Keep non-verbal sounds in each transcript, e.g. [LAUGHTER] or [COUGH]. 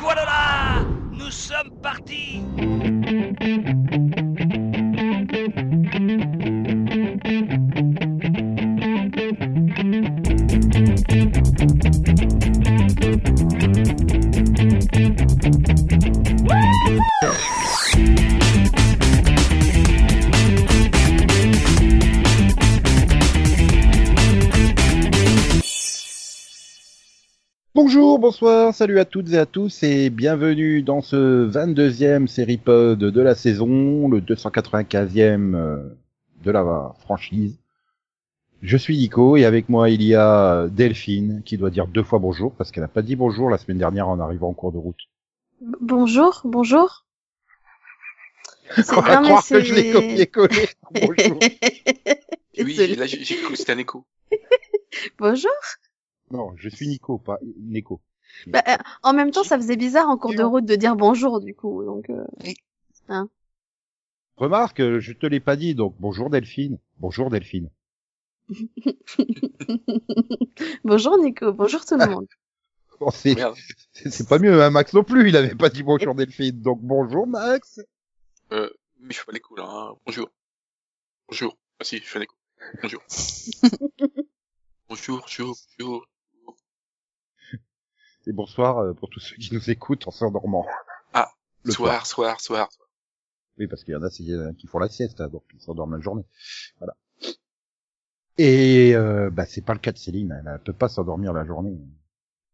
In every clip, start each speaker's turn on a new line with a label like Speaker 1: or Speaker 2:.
Speaker 1: Guadala Nous sommes partis
Speaker 2: Bonjour, bonsoir, salut à toutes et à tous et bienvenue dans ce 22e série pod de la saison, le 295e euh, de la franchise. Je suis Nico et avec moi il y a Delphine qui doit dire deux fois bonjour parce qu'elle n'a pas dit bonjour la semaine dernière en arrivant en cours de route.
Speaker 3: B- Bonjour,
Speaker 2: [LAUGHS]
Speaker 3: bonjour. C'est
Speaker 2: On va
Speaker 3: bien, mais
Speaker 2: croire que
Speaker 3: c'est-
Speaker 2: je l'ai copié-collé. bonjour.
Speaker 4: Oui,
Speaker 3: Désolée.
Speaker 4: là j'ai j'ai cru que c'était
Speaker 2: [LAUGHS]
Speaker 4: un écho.
Speaker 3: [LAUGHS] Bonjour.
Speaker 2: Non, je suis Nico, pas Nico.
Speaker 3: Bah, euh, en même temps, ça faisait bizarre en cours de route de dire bonjour, du coup. Donc, euh,
Speaker 2: Remarque, euh, je te l'ai pas dit donc bonjour Delphine. Bonjour Delphine.
Speaker 3: bonjour Nico, bonjour tout le monde.
Speaker 2: Bon, c'est-
Speaker 4: Merde.
Speaker 2: C'est c'est pas mieux, hein, Max non plus, il avait pas dit
Speaker 5: [LAUGHS]
Speaker 2: bonjour Delphine, donc bonjour Max
Speaker 4: Mais je fais pas l'écho là. hein. Bonjour. Bonjour. Ah si, je fais un écho.
Speaker 2: [LAUGHS]
Speaker 4: Bonjour. bonjour, bonjour, bonjour.
Speaker 2: Et bonsoir euh, pour tous ceux qui nous écoutent en s'endormant.
Speaker 4: Ah,
Speaker 2: le soir.
Speaker 4: soir, soir, soir.
Speaker 2: Oui, parce qu'il y en a c'est- euh, qui font la sieste, hein, donc ils s'endorment la journée. Voilà. Et euh, bah, c'est pas le cas de Céline, elle, elle peut pas s'endormir la journée.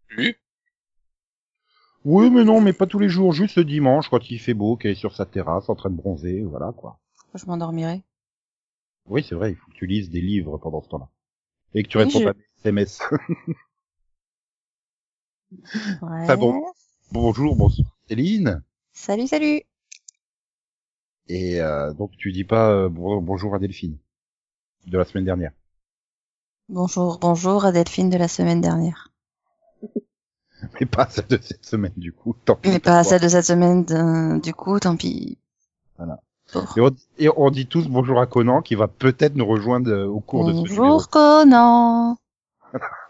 Speaker 4: Lui
Speaker 2: Oui, mais non, mais pas tous les jours, juste le dimanche quand il fait beau, qu'elle est sur sa terrasse en train de bronzer, voilà quoi.
Speaker 5: Je m'endormirai.
Speaker 2: Oui, c'est vrai, il faut que tu lises des livres pendant ce temps-là. Et que tu
Speaker 5: Oui,
Speaker 2: réponds
Speaker 5: je-
Speaker 2: pas à mes SMS. Ah bon.
Speaker 5: Bref.
Speaker 2: [LAUGHS] bonjour, bonsoir Céline
Speaker 5: Salut, salut.
Speaker 2: Et euh, donc tu dis pas euh, bon- bonjour à Delphine de la semaine dernière. [LAUGHS]
Speaker 5: Bonjour, bonjour à Delphine de la semaine dernière.
Speaker 2: Mais pas celle de cette semaine du coup. Tant pis.
Speaker 5: Mais pas celle de cette semaine, d'un- du coup, tant pis.
Speaker 2: Et on, et on dit tous bonjour à Conan qui va peut-être nous rejoindre euh, au cours de ce numéro.
Speaker 5: bonjour Conan.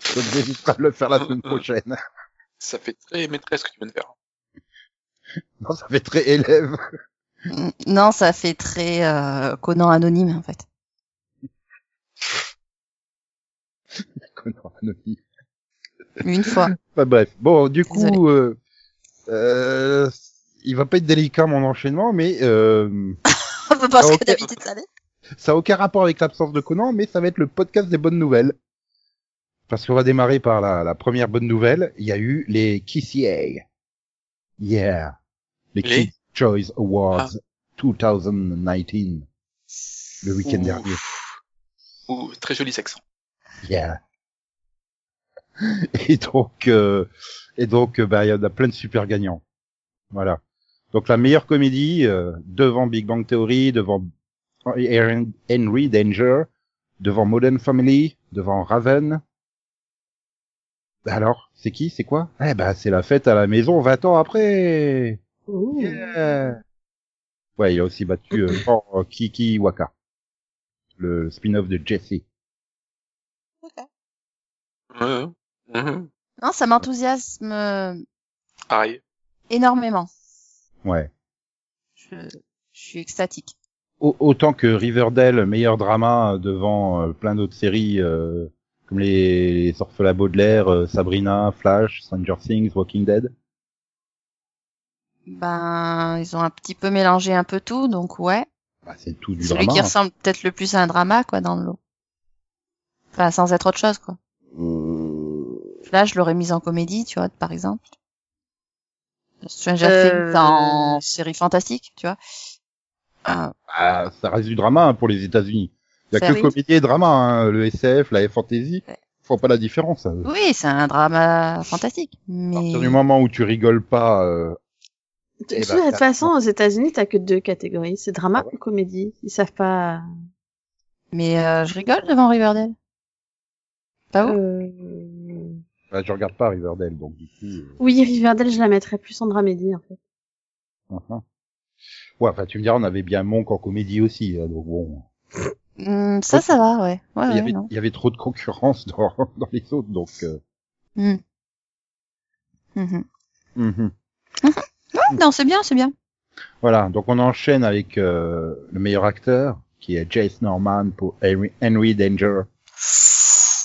Speaker 2: Je n'hésite pas à le faire la semaine prochaine. [LAUGHS]
Speaker 4: Ça fait très maîtresse ce que tu viens de faire.
Speaker 2: non, ça fait très élève. [LAUGHS]
Speaker 5: Mm, Non, ça fait très euh, Conan anonyme en fait.
Speaker 2: Conan anonyme. [LAUGHS]
Speaker 5: Une fois.
Speaker 2: Bah, bref. Bon, du
Speaker 5: Désolée.
Speaker 2: coup, euh, euh, il va pas être délicat mon enchaînement, mais euh,
Speaker 5: Parce
Speaker 2: Ah, ok.
Speaker 5: que d'habitude ça l'est.
Speaker 2: Ça n'a aucun rapport avec l'absence de Conan, mais ça va être le podcast des bonnes nouvelles. Parce qu'on va démarrer par la, la première bonne nouvelle. Il y a eu les KCA. Yeah. Les
Speaker 4: Les
Speaker 2: Kids Choice Awards 2019. Le week-end
Speaker 4: Ouh.
Speaker 2: dernier.
Speaker 4: Ouh, très joli sexe.
Speaker 2: Yeah. Et donc, euh, et donc, euh, bah, il y en a plein de super gagnants. Voilà. Donc la meilleure comédie euh, devant Big Bang Theory, devant Aaron- Henry Danger, devant Modern Family, devant Raven. Bah Alors, c'est qui, c'est quoi Eh ben, c'est la fête à la maison 20 ans après. Yeah. Ouais, il a aussi battu euh, oh, Kiki Waka, le spin-off de Jesse.
Speaker 4: Mhm. Mhm.
Speaker 5: Non, ça m'enthousiasme euh,
Speaker 4: Pareil.
Speaker 5: énormément.
Speaker 2: Ouais.
Speaker 5: Je, je suis extatique.
Speaker 2: au- autant que Riverdale, meilleur drama euh, devant euh, plein d'autres séries euh, comme les, les Orphelins Baudelaire, euh, Sabrina, Flash, Stranger Things, Walking Dead.
Speaker 5: Ben, ils ont un petit peu mélangé un peu tout, donc ouais.
Speaker 2: Bah, c'est tout du
Speaker 5: Celui
Speaker 2: drama.
Speaker 5: qui
Speaker 2: hein.
Speaker 5: ressemble peut-être le plus à un drama, quoi, dans le lot. Enfin, sans être autre chose, quoi.
Speaker 2: hein.
Speaker 5: Là, je l'aurais mise en comédie, tu vois, par exemple. Stranger
Speaker 3: Euh.
Speaker 5: Things en série fantastique, tu vois. Euh,
Speaker 2: Bah, ça reste du drama hein, pour les États-Unis. Il y a
Speaker 5: Ça,
Speaker 2: que
Speaker 5: oui.
Speaker 2: comédie et drama, hein, le SF, la fantasy.
Speaker 5: Ouais.
Speaker 2: Faut pas la différence. hein.
Speaker 5: oui, c'est un drama fantastique,
Speaker 2: À
Speaker 5: mais
Speaker 2: partir du moment où tu rigoles pas, euh,
Speaker 3: De
Speaker 2: Eh
Speaker 3: de
Speaker 2: ben,
Speaker 3: toute
Speaker 2: ça-
Speaker 3: façon, aux États-Unis, t'as que deux catégories. C'est drama
Speaker 2: Ah ouais
Speaker 3: ou comédie. Ils savent pas.
Speaker 5: mais euh, je rigole devant Riverdale. Pas vous
Speaker 3: Euh...
Speaker 2: bah, je regarde pas Riverdale, donc du coup. euh,
Speaker 3: Oui, Riverdale, je la mettrais plus en dramédie. En fait.
Speaker 2: mhm. Ouais, enfin, tu me diras, on avait bien Monk en comédie aussi, hein, donc bon.
Speaker 5: Hmm, ça, ça va, ouais. Ouais,
Speaker 2: il, y
Speaker 5: Ah ouais,
Speaker 2: avait,
Speaker 5: non.
Speaker 2: il y avait trop de concurrence [LAUGHS] dans, dans les autres, donc. euh,
Speaker 5: Hmm. Mhm.
Speaker 2: mhm.
Speaker 5: Ouais, non, c'est bien, c'est bien.
Speaker 2: Voilà, donc on enchaîne avec euh, le meilleur acteur, qui est Jace Norman pour Henry, Henry Danger.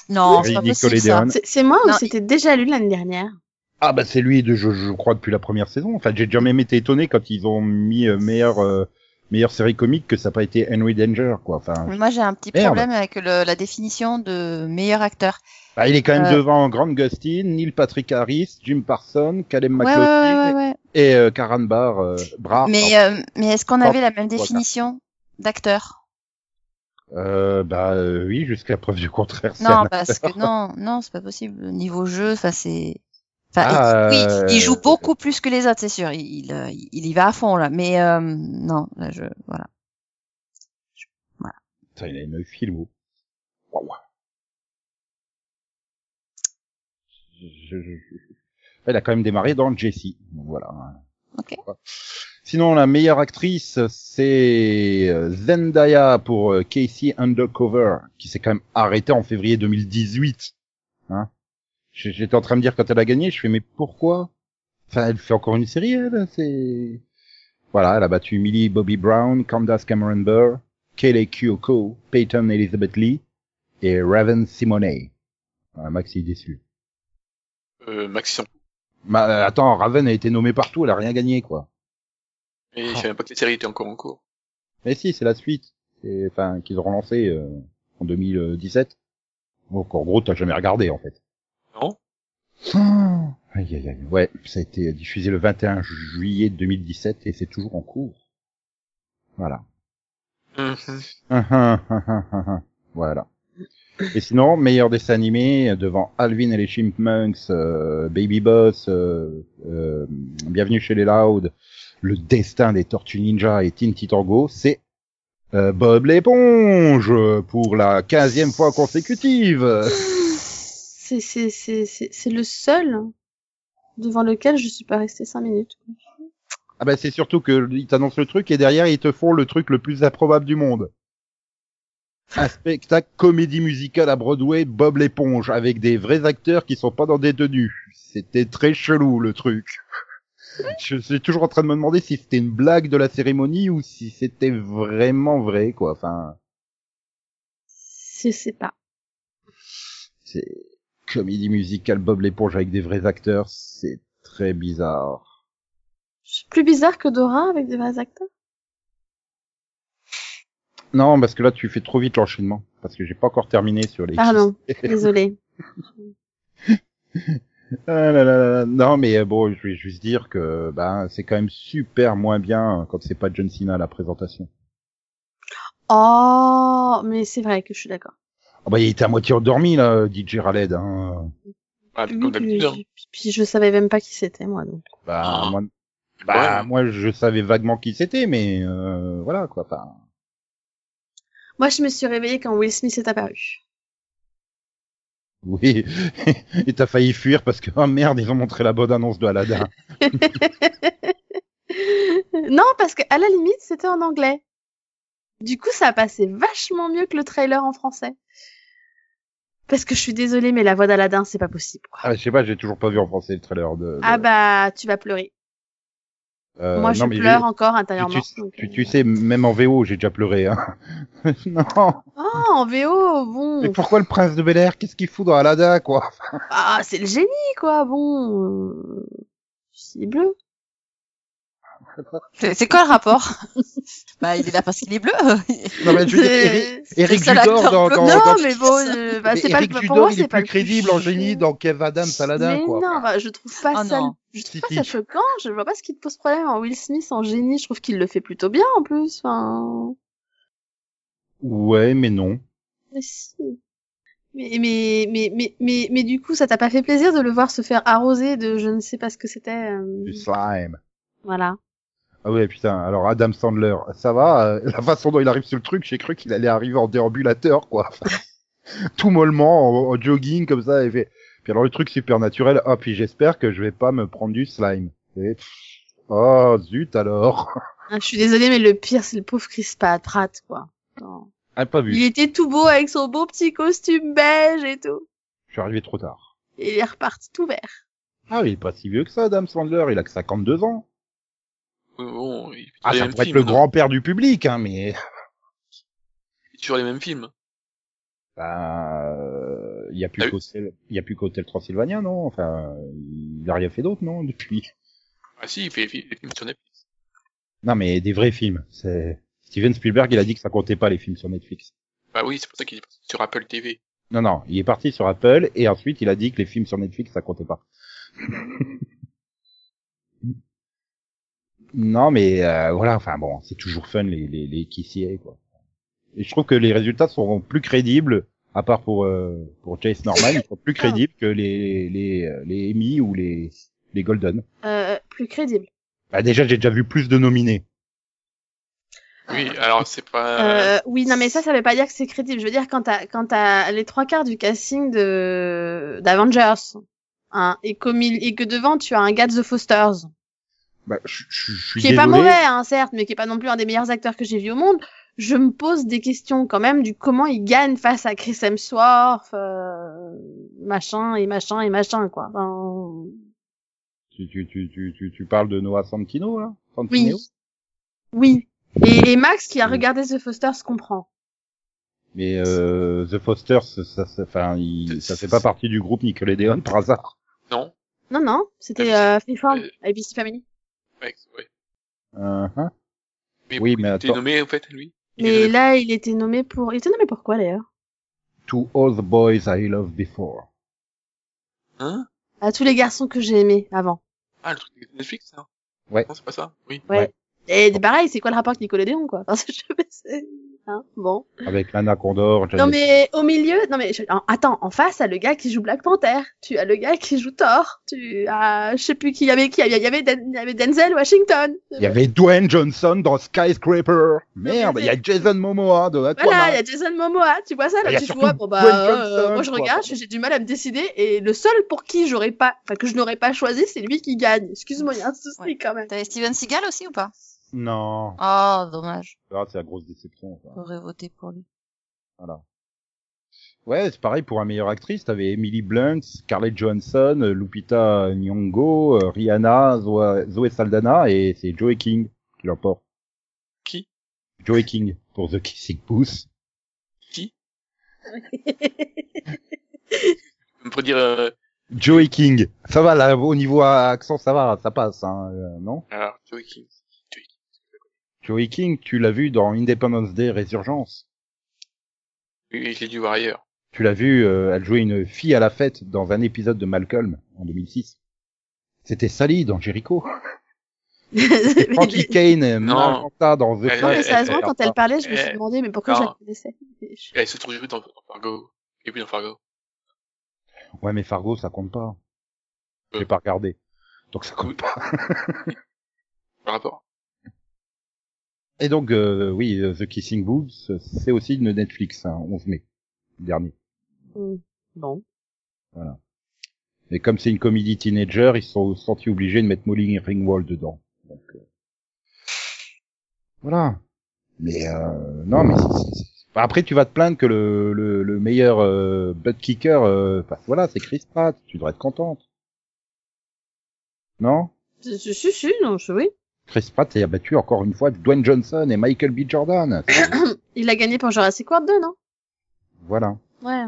Speaker 5: Non,
Speaker 2: Harry
Speaker 5: c'est pas possible ça.
Speaker 2: Nickelodeon.
Speaker 3: C'est- C'est moi ou
Speaker 5: Non,
Speaker 3: c'était déjà lui l'année dernière
Speaker 2: Ah bah c'est lui, de, je, je crois, depuis la première saison. Enfin, j'ai déjà même été étonné quand ils ont mis euh, meilleure, euh, meilleure série comique que ça n'a pas été Henry Danger, quoi. Enfin,
Speaker 5: Moi, j'ai un petit
Speaker 2: Merde.
Speaker 5: problème avec le- la définition de meilleur acteur.
Speaker 2: bah, il est quand même
Speaker 5: Euh.
Speaker 2: devant Grant Gustin, Neil Patrick Harris, Jim Parsons, Caleb
Speaker 5: Ouais, ouais,
Speaker 2: McLaughlin
Speaker 5: ouais, ouais, ouais.
Speaker 2: et euh, Karan Barr. euh, Barr,
Speaker 5: Mais, euh, mais est-ce qu'on
Speaker 2: Ah,
Speaker 5: avait la même
Speaker 2: voilà.
Speaker 5: définition d'acteur
Speaker 2: Euh, bah euh, oui, jusqu'à preuve du contraire. c'est
Speaker 5: Non,
Speaker 2: un-
Speaker 5: parce que non, non, c'est pas possible. Niveau jeu, enfin c'est. Enfin,
Speaker 2: Ah,
Speaker 5: il,
Speaker 2: euh,
Speaker 5: oui, il joue beaucoup plus que les autres, c'est sûr. Il, il, euh, il y va à fond là, mais euh, non, là je voilà.
Speaker 2: Putain, il a une filmo. Waouh. Je- je- je- Elle a quand même démarré dans le Jessie. Donc voilà. hein.
Speaker 5: Ok.
Speaker 2: Sinon, la meilleure actrice, c'est euh, Zendaya pour euh, Casey Undercover, qui s'est quand même arrêtée en février 2018. Hein J- J'étais en train de me dire quand elle a gagné, je fais mais pourquoi Enfin, elle fait encore une série, elle. C'est voilà, elle a battu Millie Bobby Brown, Candace Cameron Burr, Kelly Kyoko, Peyton Elizabeth Lee et Raven Simone. Ah, Max il est déçu.
Speaker 4: Euh, Max, il s'en fout.
Speaker 2: Ma- euh, attends, Raven a été nommée partout, elle a rien gagné quoi.
Speaker 4: Mais je savais même pas que la série était encore en cours.
Speaker 2: Mais si, c'est la suite, C'est- enfin qu'ils ont relancé euh, en 2017. Donc en gros, t'as jamais regardé en fait. Ah,
Speaker 4: Non
Speaker 2: Aïe aïe aïe. Ouais, ça a été diffusé le 21 juillet 2017 et c'est toujours en cours. Voilà.
Speaker 4: Hein,
Speaker 2: Hum, hum, hum, hum, hum. [LAUGHS] voilà. Et sinon, meilleur dessin animé euh, devant Alvin et les Chipmunks, euh, Baby Boss, euh, euh, Bienvenue chez les Loud, Le Destin des Tortues Ninja et Teen Titango, c'est euh, Bob l'éponge pour la quinzième fois consécutive.
Speaker 3: C'est c'est- c'est- c'est- c'est le seul devant lequel je suis pas restée cinq minutes.
Speaker 2: Ah ben c'est surtout que ils t'annoncent le truc et derrière ils te font le truc le plus improbable du monde. Un spectacle comédie musicale à Broadway, Bob l'éponge, avec des vrais acteurs qui sont pas dans des tenues. C'était très chelou le truc. Je suis toujours en train de me demander si c'était une blague de la cérémonie ou si c'était vraiment vrai quoi. Enfin,
Speaker 3: Je sais pas.
Speaker 2: c'est comédie musicale Bob l'éponge avec des vrais acteurs, c'est très bizarre.
Speaker 3: C'est plus bizarre que Dora avec des vrais acteurs.
Speaker 2: Non, parce que là tu fais trop vite l'enchaînement parce que j'ai pas encore terminé sur les [LAUGHS]
Speaker 3: Pardon, désolé.
Speaker 2: Ah là là là là. Non, mais euh, bon, je vais juste dire que ben c'est quand même super moins bien euh, quand c'est pas John Cena à la présentation.
Speaker 3: Oh, mais c'est vrai que je suis d'accord.
Speaker 2: Ah bah il était à moitié endormi là, DJ Raled. Hein.
Speaker 4: Ah,
Speaker 3: Oui, puis,
Speaker 4: comme d'habitude. hein.
Speaker 3: je- puis je savais même pas qui c'était moi donc.
Speaker 2: Bah,
Speaker 4: Ah.
Speaker 2: moi, bah,
Speaker 4: Ouais.
Speaker 2: moi je savais vaguement qui c'était, mais euh, voilà quoi. Enfin,
Speaker 3: Moi je me suis réveillée quand Will Smith est apparu. [LAUGHS]
Speaker 2: oui. [LAUGHS] Et t'as failli fuir parce que oh merde, ils ont montré la bonne annonce de
Speaker 4: [LAUGHS]
Speaker 2: Aladdin.
Speaker 3: non, parce que à la limite, c'était en anglais. Du coup, ça a passé vachement mieux que le trailer en français. Parce que je suis désolée, mais la voix d'Aladin, c'est pas possible. quoi.
Speaker 2: Ah, je sais pas, j'ai toujours pas vu en français le trailer de.
Speaker 3: Ah bah, tu vas pleurer.
Speaker 2: Euh,
Speaker 3: Moi, je
Speaker 2: non, mais
Speaker 3: pleure
Speaker 2: j'ai-
Speaker 3: encore
Speaker 2: Tu,
Speaker 3: intérieurement.
Speaker 2: tu,
Speaker 3: donc,
Speaker 2: tu-
Speaker 3: euh,
Speaker 2: tu sais, même en VO, j'ai déjà pleuré. Hein. [LAUGHS] non.
Speaker 3: Ah, en VO,
Speaker 2: Mais
Speaker 3: bon.
Speaker 2: pourquoi le prince de Bel Air Qu'est-ce qu'il fout dans Aladdin, quoi
Speaker 3: Ah, c'est le génie, quoi, bon. euh, C'est bleu.
Speaker 5: C'est c'est quoi le rapport [LAUGHS] Bah il est là parce qu'il est bleu. [LAUGHS]
Speaker 2: Non, mais je veux dire, Eric-
Speaker 3: [LAUGHS] C'est-
Speaker 2: Eric
Speaker 5: C'est le seul
Speaker 2: Judor
Speaker 5: acteur
Speaker 2: dans,
Speaker 5: bleu.
Speaker 2: dans,
Speaker 3: Non,
Speaker 2: dans-
Speaker 3: mais bon, euh, bah,
Speaker 2: mais
Speaker 3: c'est pas le
Speaker 2: Eric
Speaker 3: pour moi,
Speaker 2: Judor, il
Speaker 3: c'est
Speaker 2: est
Speaker 3: pas
Speaker 2: plus
Speaker 3: le
Speaker 2: crédible en génie dans Kev Adams Aladdin,
Speaker 3: mais
Speaker 2: quoi. Oh,
Speaker 3: non, bah, je trouve pas
Speaker 5: Ah,
Speaker 3: ça,
Speaker 5: non.
Speaker 3: je trouve
Speaker 2: Si,
Speaker 3: pas
Speaker 2: si.
Speaker 3: ça choquant. Je vois pas ce qui te pose problème en Will Smith en génie. Je trouve qu'il le fait plutôt bien en plus. Enfin,
Speaker 2: Ouais, mais non.
Speaker 3: mais si. Mais mais mais mais mais, mais du coup, ça t'a pas fait plaisir de le voir se faire arroser de je ne sais pas ce que c'était. euh,
Speaker 2: Du slime.
Speaker 3: voilà.
Speaker 2: Ah ouais, putain. Alors, Adam Sandler, ça va euh, La façon dont il arrive sur le truc, j'ai cru qu'il allait arriver en déambulateur, quoi. [LAUGHS] Enfin, Tout mollement, en, en jogging, comme ça, et fait... Puis alors, le truc super naturel, ah, puis j'espère que je vais pas me prendre du slime. Et... Oh, zut, alors
Speaker 3: Ah, je suis désolée, mais le pire, c'est le pauvre Chris Pat- Pratt, quoi. Non.
Speaker 2: Ah, pas vu.
Speaker 3: Il était tout beau avec son beau petit costume beige et tout.
Speaker 2: Je suis arrivé trop tard.
Speaker 3: Et il est reparti tout vert.
Speaker 2: Ah, il est pas si vieux que ça, Adam Sandler. Il a que 52 ans.
Speaker 4: Oui, bon, il fait
Speaker 2: Ah,
Speaker 4: toujours les
Speaker 2: ça
Speaker 4: mêmes
Speaker 2: pourrait être
Speaker 4: films,
Speaker 2: le
Speaker 4: non
Speaker 2: grand-père du public, hein, mais
Speaker 4: Il fait toujours les mêmes films.
Speaker 2: bah, euh, il y a
Speaker 4: Ah
Speaker 2: plus
Speaker 4: oui.
Speaker 2: qu'Hôtel, il y a plus qu'Hôtel Transylvanien, non Enfin, il a rien fait d'autre, non Depuis.
Speaker 4: Ah si, il fait des films sur Netflix.
Speaker 2: Non, mais des vrais films. C'est Steven Spielberg, il a dit que ça comptait pas les films sur Netflix.
Speaker 4: Bah oui, c'est pour ça qu'il est parti sur Apple TV.
Speaker 2: Non, non, il est parti sur Apple et ensuite il a dit que les films sur Netflix ça comptait pas. [LAUGHS] non, mais euh, voilà, enfin bon, c'est toujours fun les les, les KCA, quoi. Et je trouve que les résultats seront plus crédibles, à part pour euh, pour Chase Norman, ils sont
Speaker 3: Ah.
Speaker 2: plus crédibles que les les euh, les Emmy ou les les Golden.
Speaker 3: Euh, plus crédible.
Speaker 2: Bah déjà, j'ai déjà vu plus de nominés.
Speaker 4: Oui, alors c'est pas...
Speaker 3: Ah. Euh, oui, non, mais ça, ça veut pas dire que c'est crédible. Je veux dire, quand t'as, quand t'as les trois quarts du casting de, d'Avengers, hein, et comme il- et que devant, tu as un gars de The Fosters,
Speaker 2: Bah, je je- je suis
Speaker 3: qui est pas
Speaker 2: désolé.
Speaker 3: mauvais, hein, certes, mais qui est pas non plus un des meilleurs acteurs que j'ai vu au monde, je me pose des questions quand même du comment il gagne face à Chris Hemsworth, euh, machin et machin et machin, quoi. Ben, Enfin,
Speaker 2: Tu, tu, tu, tu, tu, tu parles de Noah Santino là
Speaker 3: oui.
Speaker 2: Santino
Speaker 3: Oui. Et, et Max, qui a
Speaker 2: Oui.
Speaker 3: regardé The Fosters, comprend.
Speaker 2: Mais euh, The Fosters, ça, ça, ça- enfin, il- ça fait pas partie du groupe Nickelodeon par hasard.
Speaker 4: Non,
Speaker 3: Non, non, c'était
Speaker 4: ABC.
Speaker 3: euh, Freeform,
Speaker 4: Euh,
Speaker 3: ABC Family.
Speaker 4: Max, ouais.
Speaker 2: Euh, hein.
Speaker 4: Mais
Speaker 2: Oui,
Speaker 4: pourquoi
Speaker 2: mais
Speaker 4: il était
Speaker 2: attends.
Speaker 4: nommé, en fait, lui Il est
Speaker 3: Mais
Speaker 4: nommé-
Speaker 3: là, il était nommé pour. Il était nommé pour quoi d'ailleurs
Speaker 2: To all the boys I loved before.
Speaker 4: Hein
Speaker 3: À tous les garçons que j'ai aimés avant.
Speaker 4: Ah, le truc de Netflix, ça
Speaker 2: Ouais.
Speaker 4: Non, c'est pas ça Oui.
Speaker 3: Et pareil, c'est quoi le rapport avec Nickelodeon quoi Enfin, [LAUGHS] je sais- hein, Bon.
Speaker 2: Avec Lana Condor.
Speaker 3: Non
Speaker 2: Janet-
Speaker 3: mais au milieu, non mais je- en- attends, en face, t'as le gars qui joue Black Panther, tu as le gars qui joue Thor, tu as, je sais plus qui y avait qui, il y avait, Den- il y avait Denzel Washington.
Speaker 2: Il y avait Dwayne Johnson dans Skyscraper. Merde, il y a Jason Momoa de
Speaker 3: Voilà, il y
Speaker 2: Aquaman.
Speaker 3: a Jason Momoa, tu vois ça
Speaker 2: Il y
Speaker 3: là,
Speaker 2: a
Speaker 3: tu te
Speaker 2: surtout
Speaker 3: vois, bon bah,
Speaker 2: Dwayne
Speaker 3: euh,
Speaker 2: Johnson,
Speaker 3: moi je
Speaker 2: quoi.
Speaker 3: regarde, j'ai j'ai du mal à me décider et le seul pour qui j'aurais pas, enfin que je n'aurais pas choisi, c'est lui qui gagne. Excuse-moi, il y a un souci
Speaker 5: Ouais.
Speaker 3: quand même.
Speaker 5: T'avais Steven Seagal aussi ou pas
Speaker 2: Non.
Speaker 5: Oh, dommage.
Speaker 2: Ah, c'est la grosse déception. ça.
Speaker 5: J'aurais voté pour lui.
Speaker 2: Voilà. Ouais, c'est pareil pour un meilleur actrice. T'avais Emily Blunt, Scarlett Johansson, euh, Lupita Nyong'o, euh, Rihanna, Zoa- Zoé Saldana et c'est Joey King qui l'emporte.
Speaker 4: Qui
Speaker 2: Joey King pour The Kissing Booth.
Speaker 4: On peut dire... euh,
Speaker 2: Joey King. Ça va là, au niveau accent, ça va, ça passe, hein, euh, non
Speaker 4: Alors, Joey King.
Speaker 2: Joey King, tu l'as vu dans Independence Day Résurgence.
Speaker 4: Oui, je l'ai dû voir ailleurs.
Speaker 2: Tu l'as vu, euh, elle jouait une fille à la fête dans un épisode de Malcolm en 2006. C'était Sally dans
Speaker 3: [LAUGHS]
Speaker 2: Jericho. Frankie Kane, euh,
Speaker 4: Non.
Speaker 2: Magenta dans The
Speaker 4: Elle-
Speaker 3: Non,
Speaker 2: Flash.
Speaker 3: mais
Speaker 4: elle-
Speaker 3: sérieusement, quand elle parlait, je me suis
Speaker 4: elle-
Speaker 3: demandé, mais pourquoi je la
Speaker 4: non.
Speaker 3: connaissais Je-
Speaker 4: Elle Eh, se trouve jouer dans dans Fargo. Et puis dans Fargo.
Speaker 2: Ouais, mais Fargo, ça compte pas. J'ai
Speaker 4: Euh.
Speaker 2: pas regardé. Donc ça compte pas.
Speaker 4: [LAUGHS] Par rapport.
Speaker 2: Et donc, euh, oui, euh, The Kissing Booth, euh, c'est aussi de Netflix, hein, 11 mai dernier.
Speaker 3: Hmm, Bon.
Speaker 2: Et comme c'est une comédie teenager, ils se sont sentis obligés de mettre Molly Ringwald dedans. Donc, euh, Voilà. Mais euh, non, mais c'est- c'est- c'est- Bah, après tu vas te plaindre que le, le, le meilleur euh, butt kicker, euh, bah, voilà, c'est Chris Pratt. Tu devrais être contente. Non
Speaker 3: Si, si, si, si, non, je- oui.
Speaker 2: Chris Pratt est abattu encore une fois de Dwayne Johnson et Michael B. Jordan. C'est-
Speaker 3: Il a gagné pour Jurassic World 2, non
Speaker 2: voilà.
Speaker 3: Ouais.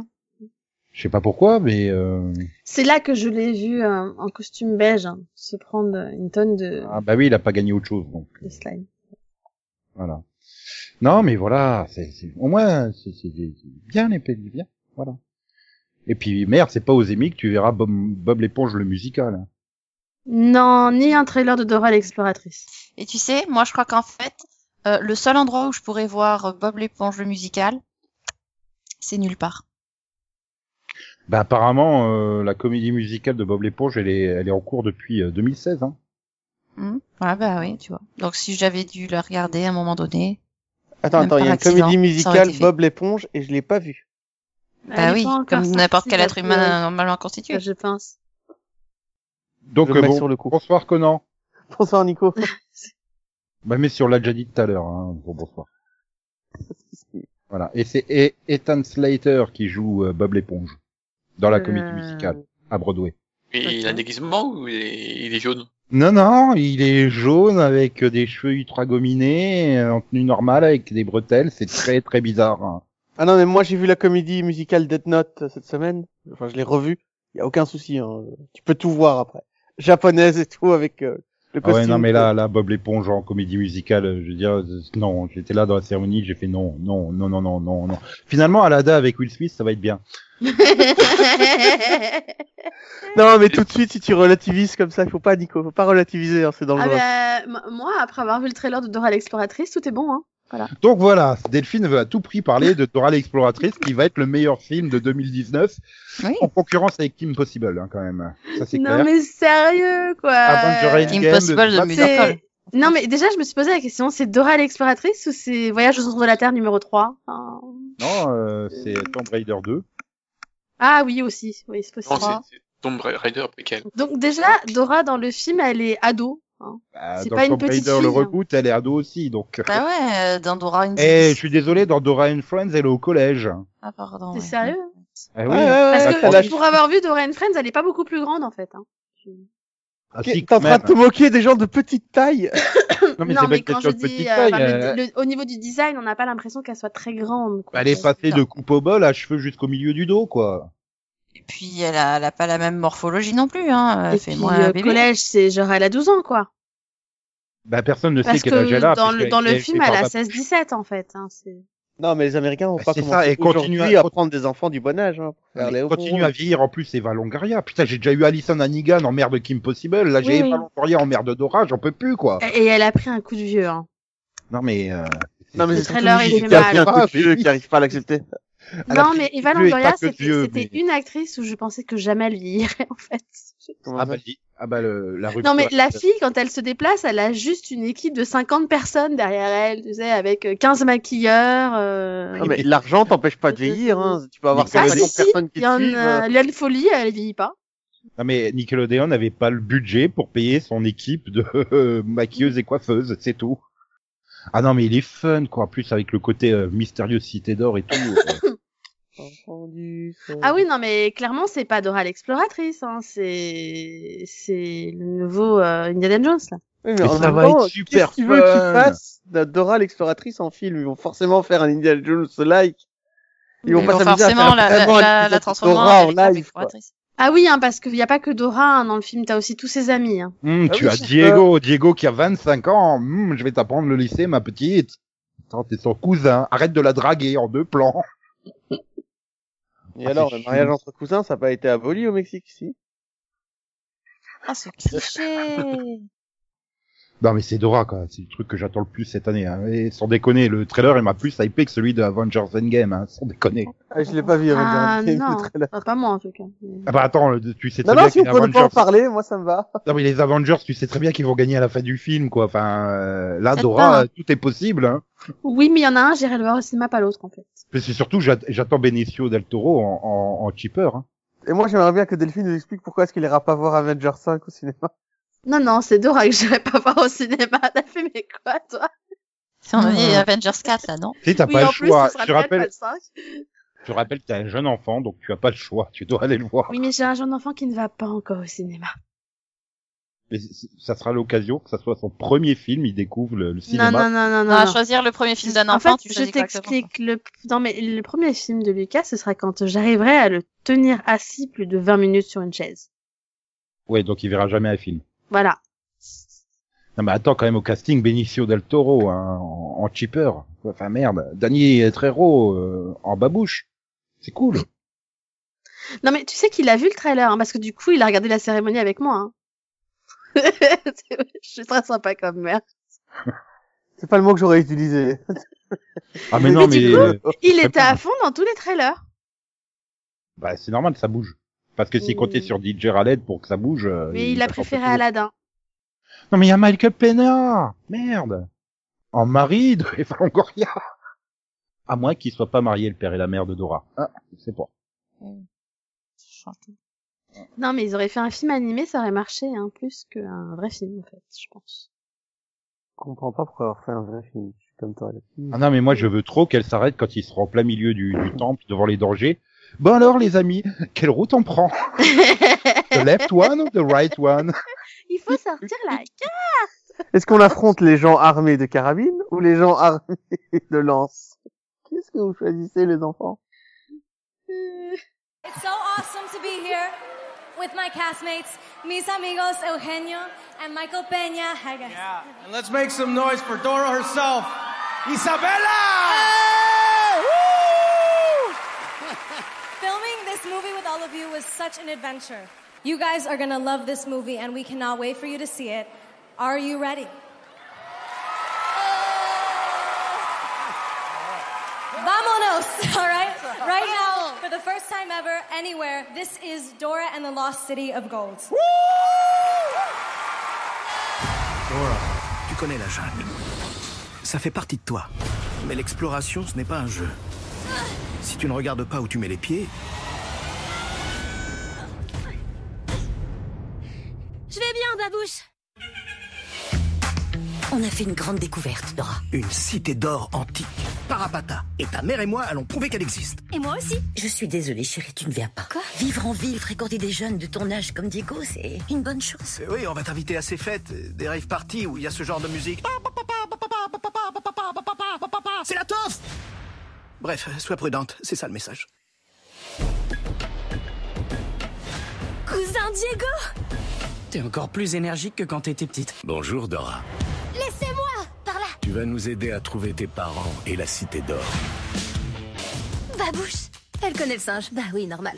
Speaker 2: Je sais pas pourquoi, mais euh...
Speaker 3: C'est là que je l'ai vu euh, en costume beige, hein, se prendre une tonne de,
Speaker 2: ah bah oui, il a pas gagné autre chose donc
Speaker 3: de slime.
Speaker 2: voilà. Non mais voilà, c'est c'est- au moins c'est c'est- c'est bien les pays, bien voilà. Et puis merde, c'est pas aux émis que tu verras Bob, Bob l'éponge le musical. hein.
Speaker 3: Non, ni un trailer de Dora l'exploratrice.
Speaker 5: Et tu sais, moi je crois qu'en fait, euh, le seul endroit où je pourrais voir euh, Bob l'éponge le musical, c'est nulle part.
Speaker 2: Bah apparemment euh, la comédie musicale de Bob l'éponge elle est elle est en cours depuis euh, 2016 hein.
Speaker 5: Hmm ah bah oui, tu vois. Donc si j'avais dû la regarder à un moment donné,
Speaker 6: Attends,
Speaker 5: Même
Speaker 6: attends, il y
Speaker 5: par
Speaker 6: a une
Speaker 5: accident,
Speaker 6: comédie
Speaker 5: ça aurait
Speaker 6: musicale,
Speaker 5: été fait.
Speaker 6: Bob l'éponge, et je l'ai pas vue. [LAUGHS]
Speaker 5: bah
Speaker 3: Elle est
Speaker 5: oui,
Speaker 3: pas encore
Speaker 5: comme n'importe
Speaker 3: sortie,
Speaker 5: quel
Speaker 3: la
Speaker 5: être humain euh,
Speaker 3: théorie,
Speaker 5: normalement constitué.
Speaker 3: Je pense.
Speaker 2: Donc
Speaker 6: Je le
Speaker 2: euh,
Speaker 6: mets
Speaker 2: bon,
Speaker 6: sur le coup.
Speaker 2: bonsoir Conan.
Speaker 6: Bonsoir Nico.
Speaker 2: Bah mais sur l'a déjà dit tout à l'heure hein. Bon,
Speaker 6: [LAUGHS]
Speaker 2: bonsoir. Voilà, et c'est E-
Speaker 6: Euh,
Speaker 2: Ethan Slater qui joue euh, Bob l'éponge dans la comédie musicale à Broadway.
Speaker 4: Oui, Et il a un déguisement ou il est, il est jaune
Speaker 2: Non, non, il est jaune avec euh, des cheveux ultra gominés, euh, en tenue normale avec des bretelles. C'est très très bizarre. hein.
Speaker 6: Ah non, mais moi j'ai vu la comédie musicale Death Note euh, cette semaine. Enfin, je l'ai revue. Il y a aucun souci. hein. Tu peux tout voir après. Japonaise et tout avec euh, le
Speaker 2: Ah
Speaker 6: costume.
Speaker 2: ouais, non, mais là, là, Bob l'éponge en comédie musicale, euh, je veux dire, euh, non, j'étais là dans la cérémonie, j'ai fait non, non, non, non, non, non, non. Finalement, Alada avec Will Smith, ça va être bien.
Speaker 6: Non, mais tout de suite si tu relativises comme ça, il faut pas, Nico, faut pas relativiser, hein, c'est
Speaker 3: ah
Speaker 6: dangereux.
Speaker 3: bah, m- moi, après avoir vu le trailer de Dora l'exploratrice, tout est bon, hein.
Speaker 2: Donc voilà, Delphine veut à tout prix parler de Dora l'exploratrice, qui va être le meilleur film de 2019,
Speaker 5: Oui.
Speaker 2: en concurrence avec Kim Possible, hein, quand même. Ça c'est
Speaker 3: Non
Speaker 2: clair. Ah
Speaker 3: mais euh, sérieux, quoi.
Speaker 2: Avengers Endgame,
Speaker 5: Impossible de
Speaker 2: Batman-
Speaker 5: musical.
Speaker 3: C'est- Non mais déjà, je me suis posé la question, c'est Dora l'exploratrice ou c'est Voyage au centre de la Terre numéro 3 Hein.
Speaker 2: Non, euh, c'est Tomb Raider 2.
Speaker 3: Ah oui, aussi, oui, c'est possible.
Speaker 4: Non, c'est- c'est Tomb Raider préquel.
Speaker 3: Donc déjà, Dora dans le film, elle est ado. hein.
Speaker 2: Bah,
Speaker 3: C'est
Speaker 2: dans
Speaker 3: pas une
Speaker 2: Tomb
Speaker 3: petite
Speaker 2: Raider, le
Speaker 3: fille, hein.
Speaker 2: reboot, elle est ado aussi, donc.
Speaker 5: Bah
Speaker 2: [LAUGHS]
Speaker 5: ouais, euh, dans Dora and
Speaker 2: Eh, je
Speaker 5: Justice.
Speaker 2: suis désolé, dans Dora and Friends, elle est au collège.
Speaker 5: Ah pardon.
Speaker 3: T'es
Speaker 5: ouais.
Speaker 3: sérieux
Speaker 2: Eh
Speaker 6: Ouais, ouais, ouais,
Speaker 3: Parce
Speaker 2: Ah,
Speaker 6: t'as la-
Speaker 3: que pour avoir vu Dora and Friends, elle est pas beaucoup plus grande en fait. hein.
Speaker 2: Ah, si,
Speaker 6: T'es en train
Speaker 2: même.
Speaker 6: de te moquer des gens de petite taille. [LAUGHS]
Speaker 2: Non, mais
Speaker 3: non
Speaker 2: c'est pas
Speaker 3: mais
Speaker 2: une
Speaker 3: quand je
Speaker 2: question de
Speaker 3: dis,
Speaker 2: petite
Speaker 3: euh,
Speaker 2: taille,
Speaker 3: enfin, le-
Speaker 2: euh,
Speaker 3: le- au niveau du design, on n'a pas l'impression qu'elle soit très grande. quoi.
Speaker 2: Bah, elle est passée
Speaker 5: Non.
Speaker 2: de coupe au bol à cheveux jusqu'au milieu du dos, quoi.
Speaker 5: Et puis elle a, elle a pas la même morphologie non plus. Hein.
Speaker 3: Et
Speaker 5: Elle
Speaker 3: puis euh,
Speaker 5: fait moins un
Speaker 3: le
Speaker 5: bébé.
Speaker 3: collège, c'est genre elle a 12 ans quoi.
Speaker 2: Bah, personne ne
Speaker 3: Parce
Speaker 2: sait quel âge elle
Speaker 3: que
Speaker 2: a.
Speaker 3: dans
Speaker 2: parce
Speaker 3: le,
Speaker 2: qu'elle
Speaker 3: dans le
Speaker 2: est-
Speaker 3: film,
Speaker 2: est
Speaker 3: elle
Speaker 2: par-
Speaker 3: a 16-17 en fait. hein, c'est-
Speaker 6: Non, mais les Américains ont
Speaker 2: Bah,
Speaker 6: pas
Speaker 2: c'est ça,
Speaker 6: commencé
Speaker 2: et continue
Speaker 6: aujourd'hui
Speaker 2: à-
Speaker 6: à prendre des enfants du bon âge. Hein, pour faire les
Speaker 2: Elle
Speaker 6: hauts
Speaker 2: continue
Speaker 6: bourrons.
Speaker 2: à vieillir, en plus, Eva Longaria. Putain, j'ai déjà eu Alison Hannigan en mère de Kim Possible. Là, j'ai
Speaker 3: Oui,
Speaker 2: Eva
Speaker 3: oui.
Speaker 2: Longoria en mère de Dora, j'en peux plus, quoi.
Speaker 3: Et et elle a pris un coup de vieux. hein.
Speaker 2: Non, mais, euh,
Speaker 6: Non, mais
Speaker 3: Le
Speaker 6: c'est
Speaker 3: trailer,
Speaker 6: surtout
Speaker 3: il
Speaker 6: lui
Speaker 3: fait
Speaker 6: qui a pris
Speaker 2: mal.
Speaker 6: un coup de
Speaker 2: Ah,
Speaker 6: vieux
Speaker 2: oui.
Speaker 6: qui arrive pas à l'accepter.
Speaker 2: Elle a
Speaker 3: non
Speaker 2: pris
Speaker 3: mais
Speaker 2: du
Speaker 3: Eva
Speaker 2: vieux et pas
Speaker 3: Longoria,
Speaker 2: que de
Speaker 3: c'était
Speaker 2: vieux,
Speaker 3: c'était
Speaker 2: mais-
Speaker 3: une actrice où je pensais que jamais elle vieillirait en fait.
Speaker 6: Comment
Speaker 2: ah,
Speaker 6: ça
Speaker 2: bah, dis- ah, bah, le- la rupture.
Speaker 3: Non mais la fille, quand elle se déplace, elle a juste une équipe de 50 personnes derrière elle, tu sais, avec euh, 15 maquilleurs. euh,
Speaker 6: Non, mais l'argent t'empêche pas de vieillir, hein. Tu peux avoir
Speaker 2: Ah,
Speaker 6: 40
Speaker 2: si,
Speaker 3: si,
Speaker 6: personnes qui
Speaker 3: Il y en
Speaker 6: te suivent. euh,
Speaker 3: a Liane Folie, elle vieillit pas.
Speaker 2: Non, mais Nickelodeon n'avait pas le budget pour payer son équipe de [LAUGHS] euh, maquilleuses et coiffeuses, c'est tout. Ah non, mais il est fun, quoi. En plus, avec le côté euh, mystérieux Cité d'Or et
Speaker 6: [LAUGHS]
Speaker 2: tout. euh,
Speaker 6: Entendu, ça-
Speaker 3: Ah oui,
Speaker 2: Mm.
Speaker 3: non, mais clairement, c'est pas Dora l'exploratrice, hein, c'est, c'est le nouveau euh, Indiana Jones, là.
Speaker 6: Oui, mais
Speaker 2: Mais
Speaker 6: en
Speaker 2: ça
Speaker 6: même
Speaker 2: va
Speaker 6: temps,
Speaker 2: être super
Speaker 6: Qu'est-ce qu'ils veulent qu'ils
Speaker 2: fun.
Speaker 6: fassent de Dora l'exploratrice en film Ils vont forcément faire un Indiana Jones like. Ils
Speaker 5: Ils
Speaker 6: vont pas
Speaker 5: vont
Speaker 6: s'amuser à
Speaker 5: forcément
Speaker 6: faire
Speaker 5: la, la,
Speaker 6: vraiment
Speaker 5: la,
Speaker 6: un
Speaker 5: la
Speaker 6: épisode de
Speaker 5: transformer
Speaker 6: Dora
Speaker 5: en, véritable
Speaker 6: live. quoi.
Speaker 5: exploratrice.
Speaker 3: Ah oui, hein, parce qu'il n'y a pas que Dora hein, dans le film, t'as aussi tous ses amis. Hein.
Speaker 2: Hum,
Speaker 6: Ah
Speaker 2: tu
Speaker 6: oui,
Speaker 2: as
Speaker 6: c'est
Speaker 2: Diego, Diego qui a 25 ans. Hum, je vais t'apprendre le lycée, ma petite. Attends, t'es son cousin. Arrête de la draguer en deux plans.
Speaker 6: Et
Speaker 2: Ah,
Speaker 6: alors,
Speaker 2: c'est
Speaker 6: le
Speaker 2: chou.
Speaker 6: mariage entre cousins, ça n'a pas été aboli au Mexique, si
Speaker 5: Ah ce
Speaker 3: [LAUGHS]
Speaker 5: cliché.
Speaker 2: Non, mais c'est Dora, quoi. C'est le truc que j'attends le plus cette année. hein. Et sans déconner, le trailer, il m'a plus hypé que celui de Avengers Endgame, hein. Sans déconner.
Speaker 6: ah, Je l'ai pas vu,
Speaker 3: Ah
Speaker 6: Avengers,
Speaker 3: non,
Speaker 6: le trailer.
Speaker 3: Enfin, pas moi en tout cas. mais-
Speaker 2: Ah bah attends, le- tu sais très
Speaker 6: Non, non,
Speaker 2: bien
Speaker 6: si
Speaker 2: que
Speaker 6: on
Speaker 2: les
Speaker 6: peut ne pas en
Speaker 2: Avengers...
Speaker 6: parler, moi ça me va.
Speaker 2: Non, mais les Avengers, tu sais très bien qu'ils vont gagner à la fin du film, quoi. Enfin, euh, là,
Speaker 5: Ça te
Speaker 2: Dora,
Speaker 5: parle.
Speaker 2: euh, tout est possible, hein.
Speaker 3: Oui, mais il y en a un, j'irai le voir au cinéma, pas l'autre en fait.
Speaker 2: Mais c'est surtout, j'at- j'attends Benicio del Toro en, en, en cheaper, hein.
Speaker 6: Et moi, j'aimerais bien que Delphine nous explique pourquoi est-ce qu'il ira pas voir Avengers 5 au cinéma.
Speaker 3: Non, non, c'est Dora que j'irai pas voir au cinéma. [LAUGHS] T'as fait, mais quoi, toi
Speaker 5: Si on a dit
Speaker 2: Ah.
Speaker 5: Avengers 4 là, non
Speaker 2: Tu sais, t'as
Speaker 3: Oui,
Speaker 2: pas le
Speaker 3: en plus, ce
Speaker 2: choix.
Speaker 3: sera
Speaker 2: Tu
Speaker 3: peut-être pas
Speaker 2: rappelles,
Speaker 3: le 5.
Speaker 2: tu rappelles que t'es un jeune enfant, donc tu as pas le choix. Tu dois aller le voir.
Speaker 3: Oui, mais j'ai un jeune enfant qui ne va pas encore au cinéma.
Speaker 2: Mais c- c- ça sera l'occasion que ça soit son premier film, il découvre le, le cinéma.
Speaker 3: Non, non, non, non,
Speaker 5: On
Speaker 3: non.
Speaker 5: va
Speaker 3: non.
Speaker 5: choisir le premier film d'un
Speaker 3: En
Speaker 5: enfant.
Speaker 3: fait,
Speaker 5: tu
Speaker 3: je
Speaker 5: choisis correctement.
Speaker 3: t'explique. Le... Non, mais le premier film de Lucas, ce sera quand j'arriverai à le tenir assis plus de 20 minutes sur une chaise.
Speaker 2: Ouais, donc il verra jamais un film.
Speaker 3: Voilà.
Speaker 2: Non mais attends quand même au casting Benicio del Toro hein, en, en cheaper. Enfin merde, Danny Trero euh, en babouche. C'est cool.
Speaker 3: Non, mais tu sais qu'il a vu le trailer, hein, parce que du coup, il a regardé la cérémonie avec moi. Hein. [LAUGHS] C'est- je suis très sympa comme mère.
Speaker 6: C'est pas le mot que j'aurais utilisé.
Speaker 2: Ah mais non mais euh,
Speaker 3: Il était à fond dans tous les trailers.
Speaker 2: bah, c'est normal ça bouge. Parce que si
Speaker 3: Mm.
Speaker 2: comptait sur DJ Raled pour que ça bouge. euh,
Speaker 3: Mais il a
Speaker 2: va
Speaker 3: préféré
Speaker 2: s'en sortir.
Speaker 3: Aladdin.
Speaker 2: Non mais il y a Michael Pena. Merde. En mari de Eva Longoria. À moins qu'il soit pas marié le père et la mère de Dora. Ah, je sais pas.
Speaker 3: Non, mais ils auraient fait un film animé, ça aurait marché, hein, plus qu'un vrai film, en fait, je pense.
Speaker 6: Je comprends pas pourquoi avoir fait un vrai film. Je suis comme toi. là.
Speaker 2: Ah non, mais moi je veux trop qu'elle s'arrête quand ils seront en plein milieu du, du temple devant les dangers Bon alors les amis, quelle route on
Speaker 3: [LAUGHS]
Speaker 2: prend The left one ou the right one
Speaker 3: Il faut sortir la carte.
Speaker 6: Est-ce qu'on affronte les gens armés de carabines ou les gens armés de lances Qu'est-ce que vous choisissez, les enfants
Speaker 3: Euh,
Speaker 7: It's so awesome to be here with my castmates, mis amigos Eugenio and Michael Peña. Hi, guys.
Speaker 8: Yeah, and let's make some noise for Dora herself, Isabella!
Speaker 7: [LAUGHS] Filming this movie with all of you was such an adventure. You guys are gonna love this movie, and we cannot wait for you to see it. Are you ready? Vamonos! [LAUGHS] All right? Right now, for the first time ever, anywhere, this is Dora and the Lost City of Gold.
Speaker 8: Dora, tu connais la jungle. Ça fait partie de toi. Mais l'exploration, ce n'est pas un jeu. Si tu ne regardes pas où tu mets les pieds,
Speaker 7: Je vais bien, Babouche!
Speaker 9: On a fait une grande découverte, Dora.
Speaker 8: une cité d'or antique, Parapata, et ta mère et moi allons prouver qu'elle existe.
Speaker 7: Et moi aussi!
Speaker 9: Je suis désolée, chérie, tu ne viens pas.
Speaker 7: Quoi
Speaker 9: Vivre en ville, fréquenter des jeunes de ton âge comme Diego, c'est une bonne chose.
Speaker 8: Eh oui, on va t'inviter à ces fêtes, euh, des rave parties où il y a ce genre de musique. C'est la toffe Bref, sois prudente, c'est ça le message.
Speaker 7: Cousin Diego!
Speaker 10: T'es encore plus énergique que quand t'étais petite.
Speaker 8: Bonjour Dora.
Speaker 7: Laissez-moi! Par là!
Speaker 8: Tu vas nous aider à trouver tes parents et la cité d'or.
Speaker 7: Babouche!
Speaker 9: Elle connaît le singe. Bah oui, normal.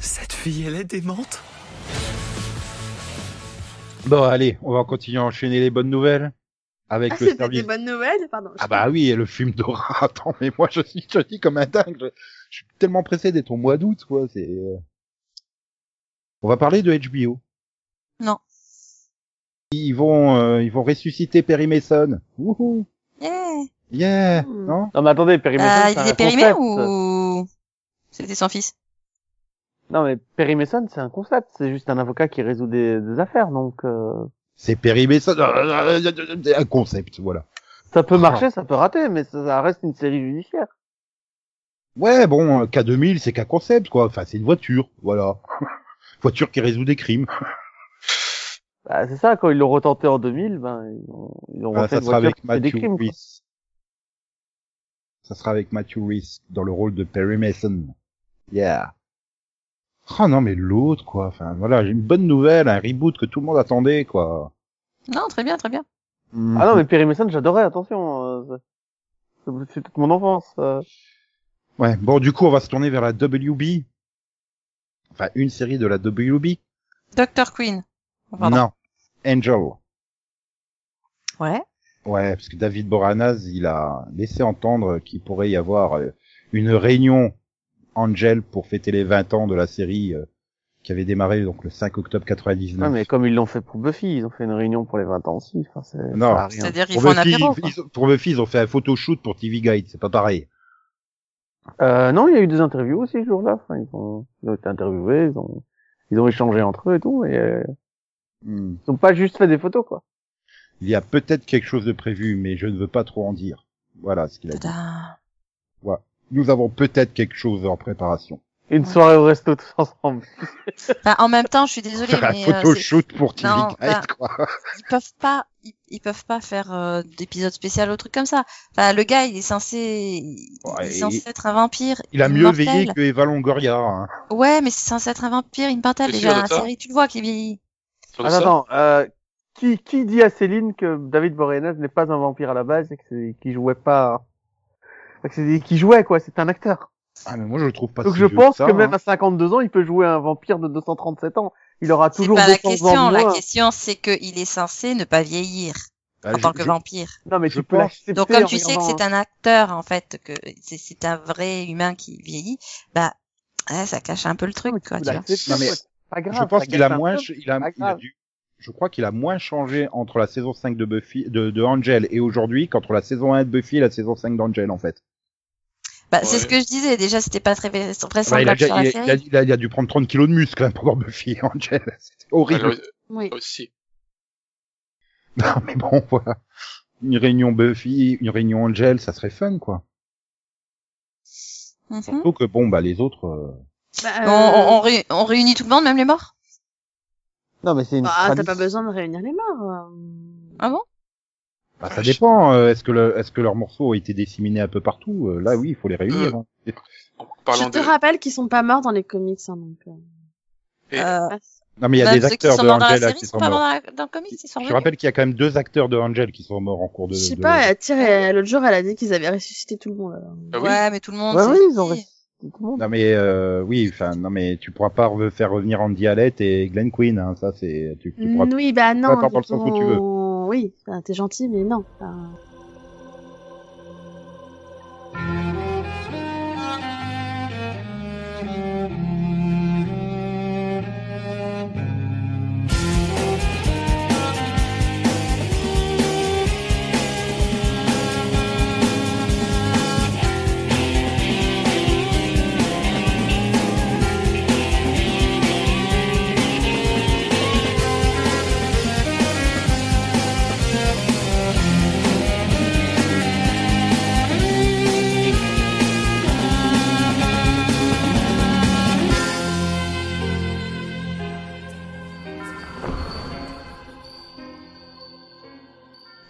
Speaker 10: Cette fille, elle est démente.
Speaker 2: Bon allez, on va continuer à enchaîner les bonnes nouvelles avec
Speaker 3: Ah,
Speaker 2: le
Speaker 3: c'est pas des
Speaker 2: service.
Speaker 3: bonnes nouvelles, pardon.
Speaker 2: Ah bah oui, et le film d'Aura. [LAUGHS] Attends, mais moi je suis, je suis comme un dingue. Je, je suis tellement pressé d'être au mois d'août, quoi. C'est. euh. On va parler de HBO.
Speaker 5: Non.
Speaker 2: Ils vont, euh, ils vont ressusciter Perry Mason. Wouhou.
Speaker 5: Yeah.
Speaker 2: Yeah.
Speaker 3: Hmm.
Speaker 2: Non.
Speaker 6: Non, mais attendez, Perry
Speaker 5: Bah,
Speaker 6: Mason, c'est un
Speaker 5: il est périmé
Speaker 6: concept.
Speaker 5: ou c'était son fils
Speaker 6: Non, mais Perry Mason, c'est un concept. C'est juste un avocat qui résout des, des affaires, donc euh,
Speaker 2: C'est Perry Mason. Un concept, voilà.
Speaker 6: ça peut marcher, ça peut rater, mais ça, ça reste une série judiciaire.
Speaker 2: Ouais, bon, euh, K2000, c'est qu'un concept, quoi. Enfin, c'est une voiture, voilà. [LAUGHS] voiture qui résout des crimes.
Speaker 6: Bah, c'est ça, quand ils l'ont retenté en 2000, ben ils ont, ils ont
Speaker 2: Voilà,
Speaker 6: refait
Speaker 2: Ah, ça
Speaker 6: une
Speaker 2: sera
Speaker 6: voiture
Speaker 2: avec
Speaker 6: qui fait des
Speaker 2: Matthew
Speaker 6: crimes. quoi.
Speaker 2: Rhys. Ça sera avec Matthew Rhys dans le rôle de Perry Mason. Yeah. Oh non, mais l'autre, quoi. Enfin, voilà, j'ai une bonne nouvelle, un reboot que tout le monde attendait, quoi.
Speaker 5: Non, très bien, très bien.
Speaker 6: Ah non, mais Perry Mason, j'adorais, attention. euh, c'est- c'est toute mon enfance. euh.
Speaker 2: Ouais, bon, du coup, on va se tourner vers la WB. Enfin, une série de la WB.
Speaker 5: Dr. Queen. Oh, pardon.
Speaker 2: Non. Angel.
Speaker 5: Ouais.
Speaker 2: Ouais, parce que David Boranaz, il a laissé entendre qu'il pourrait y avoir euh, une réunion Angel pour fêter les 20 ans de la série euh, qui avait démarré donc le 5 octobre
Speaker 6: Non,
Speaker 2: 99.
Speaker 6: mais comme ils l'ont fait pour Buffy, ils ont fait une réunion pour les 20 ans aussi. Enfin, c'est
Speaker 2: Non.
Speaker 6: ça a rien.
Speaker 5: C'est-à-dire qu'il
Speaker 2: pour,
Speaker 5: faut un
Speaker 2: Buffy,
Speaker 5: apéro. quoi.
Speaker 2: ils, pour Buffy, ils ont fait un photoshoot pour TV Guide, c'est pas pareil.
Speaker 6: Euh, non, il y a eu des interviews aussi ce jour-là. Enfin, ils, ont, ils ont été interviewés, ils ont, ils ont échangé entre eux et tout. Et, euh,
Speaker 2: Hmm.
Speaker 6: ils ont pas juste fait des photos, quoi.
Speaker 2: Il y a peut-être quelque chose de prévu, mais je ne veux pas trop en dire. Voilà ce qu'il a dit.
Speaker 5: Tadam.
Speaker 2: Nous avons peut-être quelque chose en préparation.
Speaker 6: Une soirée au resto tous ensemble.
Speaker 5: Bah, en même temps, je
Speaker 2: [LAUGHS]
Speaker 5: suis désolée,
Speaker 2: Faire un
Speaker 5: mais euh, c'est-
Speaker 2: photoshoot pour TV
Speaker 5: Non,
Speaker 2: Guide,
Speaker 5: bah,
Speaker 2: quoi.
Speaker 5: ils peuvent pas, ils, ils peuvent pas faire euh, d'épisode spécial ou truc comme ça. Enfin, le gars, il est censé, il
Speaker 2: Ouais,
Speaker 5: est censé
Speaker 2: il-
Speaker 5: être un vampire.
Speaker 2: Il a mieux
Speaker 5: immortel.
Speaker 2: veillé que Eva Longoria. hein.
Speaker 5: Ouais, mais c'est censé être un vampire immortel
Speaker 4: T'es
Speaker 5: déjà.
Speaker 4: sûr de
Speaker 5: La
Speaker 4: ça
Speaker 5: série, tu le vois, qui vieillit.
Speaker 3: Ah,
Speaker 4: Sur
Speaker 6: Attends,
Speaker 4: ça
Speaker 6: attends. Euh, qui, qui dit à Céline que David Boreanaz n'est pas un vampire à la base et que c'est- qu'il jouait pas... Enfin, que c'est- qu'il jouait, quoi. C'est un acteur.
Speaker 2: Ah, mais moi je le trouve pas
Speaker 6: Donc
Speaker 2: si
Speaker 6: je
Speaker 2: vieux
Speaker 6: pense
Speaker 2: ça,
Speaker 6: que
Speaker 2: hein.
Speaker 6: même à 52 ans, il peut jouer un vampire de 237 ans. Il aura
Speaker 5: C'est
Speaker 6: toujours
Speaker 5: pas la
Speaker 6: 200 ans
Speaker 5: question.
Speaker 6: de
Speaker 5: La
Speaker 6: moins.
Speaker 5: question, c'est qu'il est censé ne pas vieillir
Speaker 2: Bah,
Speaker 5: en
Speaker 2: je-
Speaker 5: tant que
Speaker 2: je-
Speaker 5: vampire.
Speaker 6: Non, mais
Speaker 2: Je
Speaker 6: tu peux
Speaker 2: pense.
Speaker 6: l'accepter
Speaker 5: Donc comme
Speaker 6: en
Speaker 5: tu sais que
Speaker 6: regardant
Speaker 5: c'est un acteur en fait, que c'est- c'est un vrai humain qui vieillit, bah ouais, ça cache un peu le truc quoi. Tu
Speaker 6: Tu peux
Speaker 5: vois.
Speaker 6: l'accepter,
Speaker 2: Non, mais
Speaker 6: quoi, c'est pas grave,
Speaker 2: je pense
Speaker 6: ça
Speaker 2: qu'il a
Speaker 6: gâche un
Speaker 2: moins,
Speaker 6: peu.
Speaker 2: il a,
Speaker 6: pas
Speaker 2: il a
Speaker 6: grave.
Speaker 2: dû, je crois qu'il a moins changé entre la saison 5 de Buffy, de, de Angel et aujourd'hui qu'entre la saison 1 de Buffy et la saison 5 d'Angel, en fait.
Speaker 5: Bah, C'est ce
Speaker 4: Ouais.
Speaker 5: que je disais. Déjà, c'était pas très vraisemblable
Speaker 2: Bah, il, a,
Speaker 5: sur
Speaker 2: déjà-
Speaker 5: la
Speaker 2: il, a,
Speaker 5: série.
Speaker 2: il a- il a- il a dû prendre 30 kilos de muscle, quand même, pendant Buffy et Angel. [LAUGHS] C'était
Speaker 4: Elle
Speaker 2: horrible.
Speaker 3: Oui.
Speaker 4: euh, aussi.
Speaker 2: Non, mais bon, voilà. Une réunion Buffy, une réunion Angel, ça serait fun, quoi.
Speaker 5: Mhm.
Speaker 2: Surtout que bon, bah les autres. euh,
Speaker 3: Bah,
Speaker 5: On,
Speaker 3: euh,
Speaker 5: on- on ré- on réunit tout le monde, même les morts
Speaker 6: Non, mais c'est une
Speaker 3: bah, t'as
Speaker 6: tradition.
Speaker 3: pas besoin de réunir les morts. euh.
Speaker 5: Ah bon
Speaker 2: Bah, ça dépend. euh, est-ce que le, est-ce que leurs morceaux ont été disséminés un peu partout Euh, Là, oui, il faut les
Speaker 5: Mm.
Speaker 2: réunir. hein.
Speaker 4: En parlant
Speaker 3: Je te
Speaker 4: de...
Speaker 3: rappelle qu'ils sont pas morts dans les comics, hein, donc. euh,
Speaker 4: Et-
Speaker 5: Euh,
Speaker 2: Non, mais il y a
Speaker 5: même
Speaker 2: des
Speaker 5: ceux qui
Speaker 2: acteurs
Speaker 5: sont
Speaker 2: de
Speaker 5: morts dans la
Speaker 2: Angel là,
Speaker 5: série
Speaker 2: qui
Speaker 5: sont
Speaker 2: sont
Speaker 5: pas morts
Speaker 2: morts.
Speaker 5: dans, la- dans le comics, ils sont
Speaker 2: Je
Speaker 5: revenus.
Speaker 2: rappelle qu'il y a quand même deux acteurs de Angel qui sont morts en cours de.
Speaker 3: je sais
Speaker 2: de-
Speaker 3: pas, euh, Tyr, euh, l'autre jour, elle a dit qu'ils avaient ressuscité tout le monde. alors.
Speaker 4: Ah oui,
Speaker 5: Ouais, mais tout le monde.
Speaker 6: Ouais,
Speaker 5: c'est
Speaker 6: oui, ils ont
Speaker 5: fini.
Speaker 6: Tout le monde.
Speaker 2: Non mais euh, oui, enfin non mais tu pourras pas re- faire revenir Andy Hallett et Glenn Quinn, hein, ça c'est tu, tu pourras.
Speaker 3: oui, bah non.
Speaker 2: part dans le sens où tu veux.
Speaker 3: on- Oui, enfin, t'es gentil, mais non. enfin.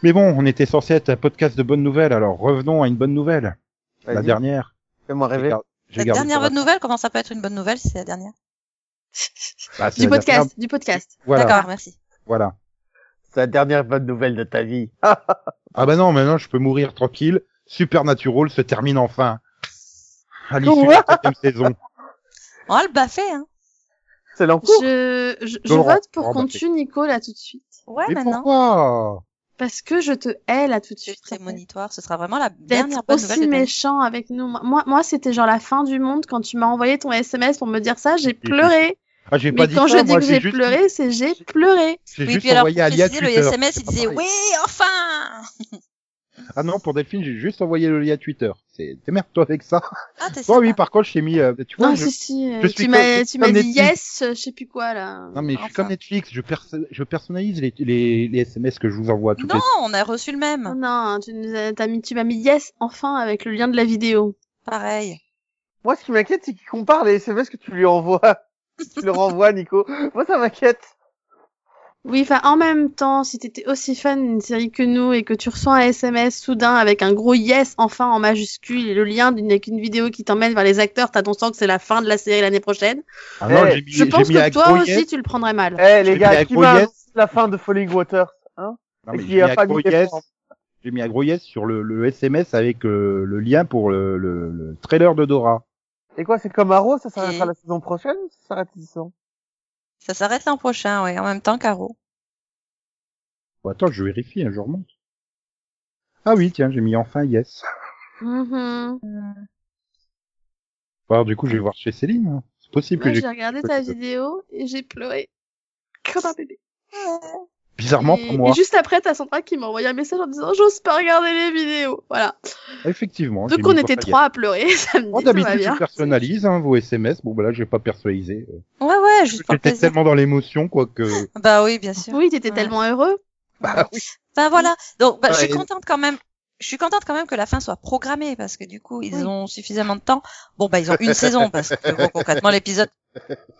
Speaker 2: Mais bon, on était censé être un podcast de bonnes nouvelles, alors revenons à une bonne nouvelle, la
Speaker 6: Vas-y,
Speaker 2: dernière.
Speaker 6: Fais-moi
Speaker 2: J'ai
Speaker 6: rêver.
Speaker 2: gar- j'ai
Speaker 5: La
Speaker 2: gardé
Speaker 5: dernière
Speaker 2: ça.
Speaker 5: bonne nouvelle, comment ça peut être une bonne nouvelle si c'est la dernière
Speaker 2: Bah, c'est
Speaker 3: Du
Speaker 2: la dernière-
Speaker 3: podcast, du podcast.
Speaker 2: Voilà,
Speaker 5: D'accord, merci.
Speaker 2: voilà.
Speaker 6: C'est la dernière bonne nouvelle de ta vie. [LAUGHS]
Speaker 2: Ah bah non, maintenant je peux mourir tranquille. Supernatural se termine enfin à l'issue de la cinquième saison.
Speaker 5: On va le baffer, hein.
Speaker 6: C'est l'encours.
Speaker 3: Je, je, je
Speaker 2: Laurent,
Speaker 3: vote pour
Speaker 2: Laurent
Speaker 3: qu'on
Speaker 2: Baffi.
Speaker 3: tue Nico là tout de suite.
Speaker 5: Ouais,
Speaker 3: bah
Speaker 2: mais
Speaker 5: maintenant.
Speaker 2: pourquoi
Speaker 3: Parce que je te hais là tout de
Speaker 5: C'est
Speaker 3: suite. Raphaël.
Speaker 5: prémonitoire, ce sera vraiment la dernière
Speaker 3: D'être
Speaker 5: bonne nouvelle.
Speaker 3: aussi
Speaker 5: de ta vie.
Speaker 3: méchant avec nous. Moi, moi c'était genre la fin du monde quand tu m'as envoyé ton SMS pour me dire ça, j'ai pleuré.
Speaker 2: Ah j'ai pas
Speaker 3: Mais
Speaker 2: dit
Speaker 3: quand
Speaker 2: ça,
Speaker 3: je dis
Speaker 2: moi,
Speaker 3: que
Speaker 2: j'ai
Speaker 3: j'ai
Speaker 2: juste-
Speaker 3: pleuré, c'est j'ai pleuré.
Speaker 2: J'ai
Speaker 5: Oui,
Speaker 2: juste
Speaker 5: puis alors, pour
Speaker 2: envoyé Alia
Speaker 5: préciser, le
Speaker 2: Twitter.
Speaker 5: SMS,
Speaker 2: c'est
Speaker 5: il
Speaker 2: pas
Speaker 5: disait,
Speaker 2: pareil.
Speaker 5: oui, enfin!
Speaker 2: Ah non, pour Delphine, j'ai juste envoyé le lien Twitter. C'est démerde-toi avec ça. [LAUGHS]
Speaker 5: Ah, t'es
Speaker 2: Toi, oui,
Speaker 5: sympa.
Speaker 2: par contre, je t'ai mis. euh, tu vois,
Speaker 3: Non,
Speaker 2: je...
Speaker 3: si, si, euh,
Speaker 2: je suis
Speaker 3: tu m'as,
Speaker 2: comme-
Speaker 3: tu m'as
Speaker 2: comme
Speaker 3: dit
Speaker 2: Netflix.
Speaker 3: yes, euh, je sais plus quoi, là.
Speaker 2: non, mais je suis
Speaker 5: Enfin.
Speaker 2: comme Netflix. Je, perso- je personnalise les, les, les SMS que je vous envoie toutes
Speaker 5: Non, on a reçu le
Speaker 3: Non,
Speaker 5: même.
Speaker 3: non, tu nous as, t'as mis, tu m'as mis yes, enfin, avec le lien de la vidéo.
Speaker 5: Pareil.
Speaker 6: Moi, ce qui m'inquiète, c'est qu'il compare les SMS que tu lui envoies. [LAUGHS] tu le renvoies, Nico. Moi, ça m'inquiète.
Speaker 3: Oui, enfin, en même temps, si t'étais aussi fan d'une série que nous et que tu reçois un SMS soudain avec un gros yes, enfin, en majuscule, et le lien d'une, avec une vidéo qui t'emmène vers les acteurs, t'as ton sens que c'est la fin de la série l'année prochaine.
Speaker 2: les. Ah non,
Speaker 6: Eh,
Speaker 2: j'ai mis,
Speaker 3: Je
Speaker 2: j'ai
Speaker 3: pense
Speaker 2: mis un
Speaker 3: que toi
Speaker 2: gros
Speaker 3: aussi,
Speaker 2: yes.
Speaker 3: tu le prendrais
Speaker 6: Eh,
Speaker 3: mal.
Speaker 6: les
Speaker 2: J'ai mis un
Speaker 6: gars, qui
Speaker 2: gros
Speaker 6: m'a
Speaker 2: yes.
Speaker 6: annoncé la fin de Falling Waters? Hein?
Speaker 2: Non, mais
Speaker 6: qui
Speaker 2: j'ai mis
Speaker 6: a
Speaker 2: un
Speaker 6: pas
Speaker 2: gros
Speaker 6: mis les
Speaker 2: yes.
Speaker 6: francs.
Speaker 2: J'ai mis un gros yes sur le, le SMS avec euh, le lien pour le, le, le trailer de Dora.
Speaker 6: Et quoi, c'est comme Arrow, ça s'arrêtera
Speaker 5: Et-
Speaker 6: la saison prochaine? ou Ça s'arrête ici.
Speaker 5: Ça s'arrête l'an prochain, ouais, en même temps qu'Aro.
Speaker 2: Bon, attends, je vérifie, hein, je remonte. Ah oui, tiens, j'ai mis enfin yes. Eh.
Speaker 3: Mhm.
Speaker 2: Bon, Alors, du coup, je vais voir chez Céline. hein. C'est possible
Speaker 3: Moi,
Speaker 2: que
Speaker 3: j'ai
Speaker 2: j'ai.
Speaker 3: regardé ta vidéo et j'ai pleuré. Comme un bébé.
Speaker 2: Bizarrement
Speaker 3: et,
Speaker 2: pour moi.
Speaker 3: et juste après, t'as Sandra qui m'a envoyé un message en disant j'ose pas regarder les vidéos. Voilà.
Speaker 2: Effectivement.
Speaker 3: Donc
Speaker 2: j'ai
Speaker 3: on
Speaker 2: mis
Speaker 3: était
Speaker 2: pour ça yes.
Speaker 3: trois à pleurer [LAUGHS] samedi.
Speaker 2: Moi,
Speaker 3: ça va
Speaker 2: d'habitude,
Speaker 3: bien.
Speaker 2: je personnalise hein, vos SMS. Bon, bah là, je vais pas personnaliser.
Speaker 5: Ouais, ouais, juste pour le
Speaker 2: J'étais
Speaker 5: plaisir.
Speaker 2: tellement dans l'émotion, quoi, que...
Speaker 5: Bah oui, bien sûr.
Speaker 3: Oui, t'étais
Speaker 5: Ouais.
Speaker 3: tellement heureux.
Speaker 5: Bah voilà. Donc, bah, je suis
Speaker 2: Ouais.
Speaker 5: contente quand même. Je suis contente quand même que la fin soit programmée parce que du coup, ils
Speaker 3: Oui.
Speaker 5: ont suffisamment de temps. Bon, bah, ils ont une saison parce que bon, concrètement, l'épisode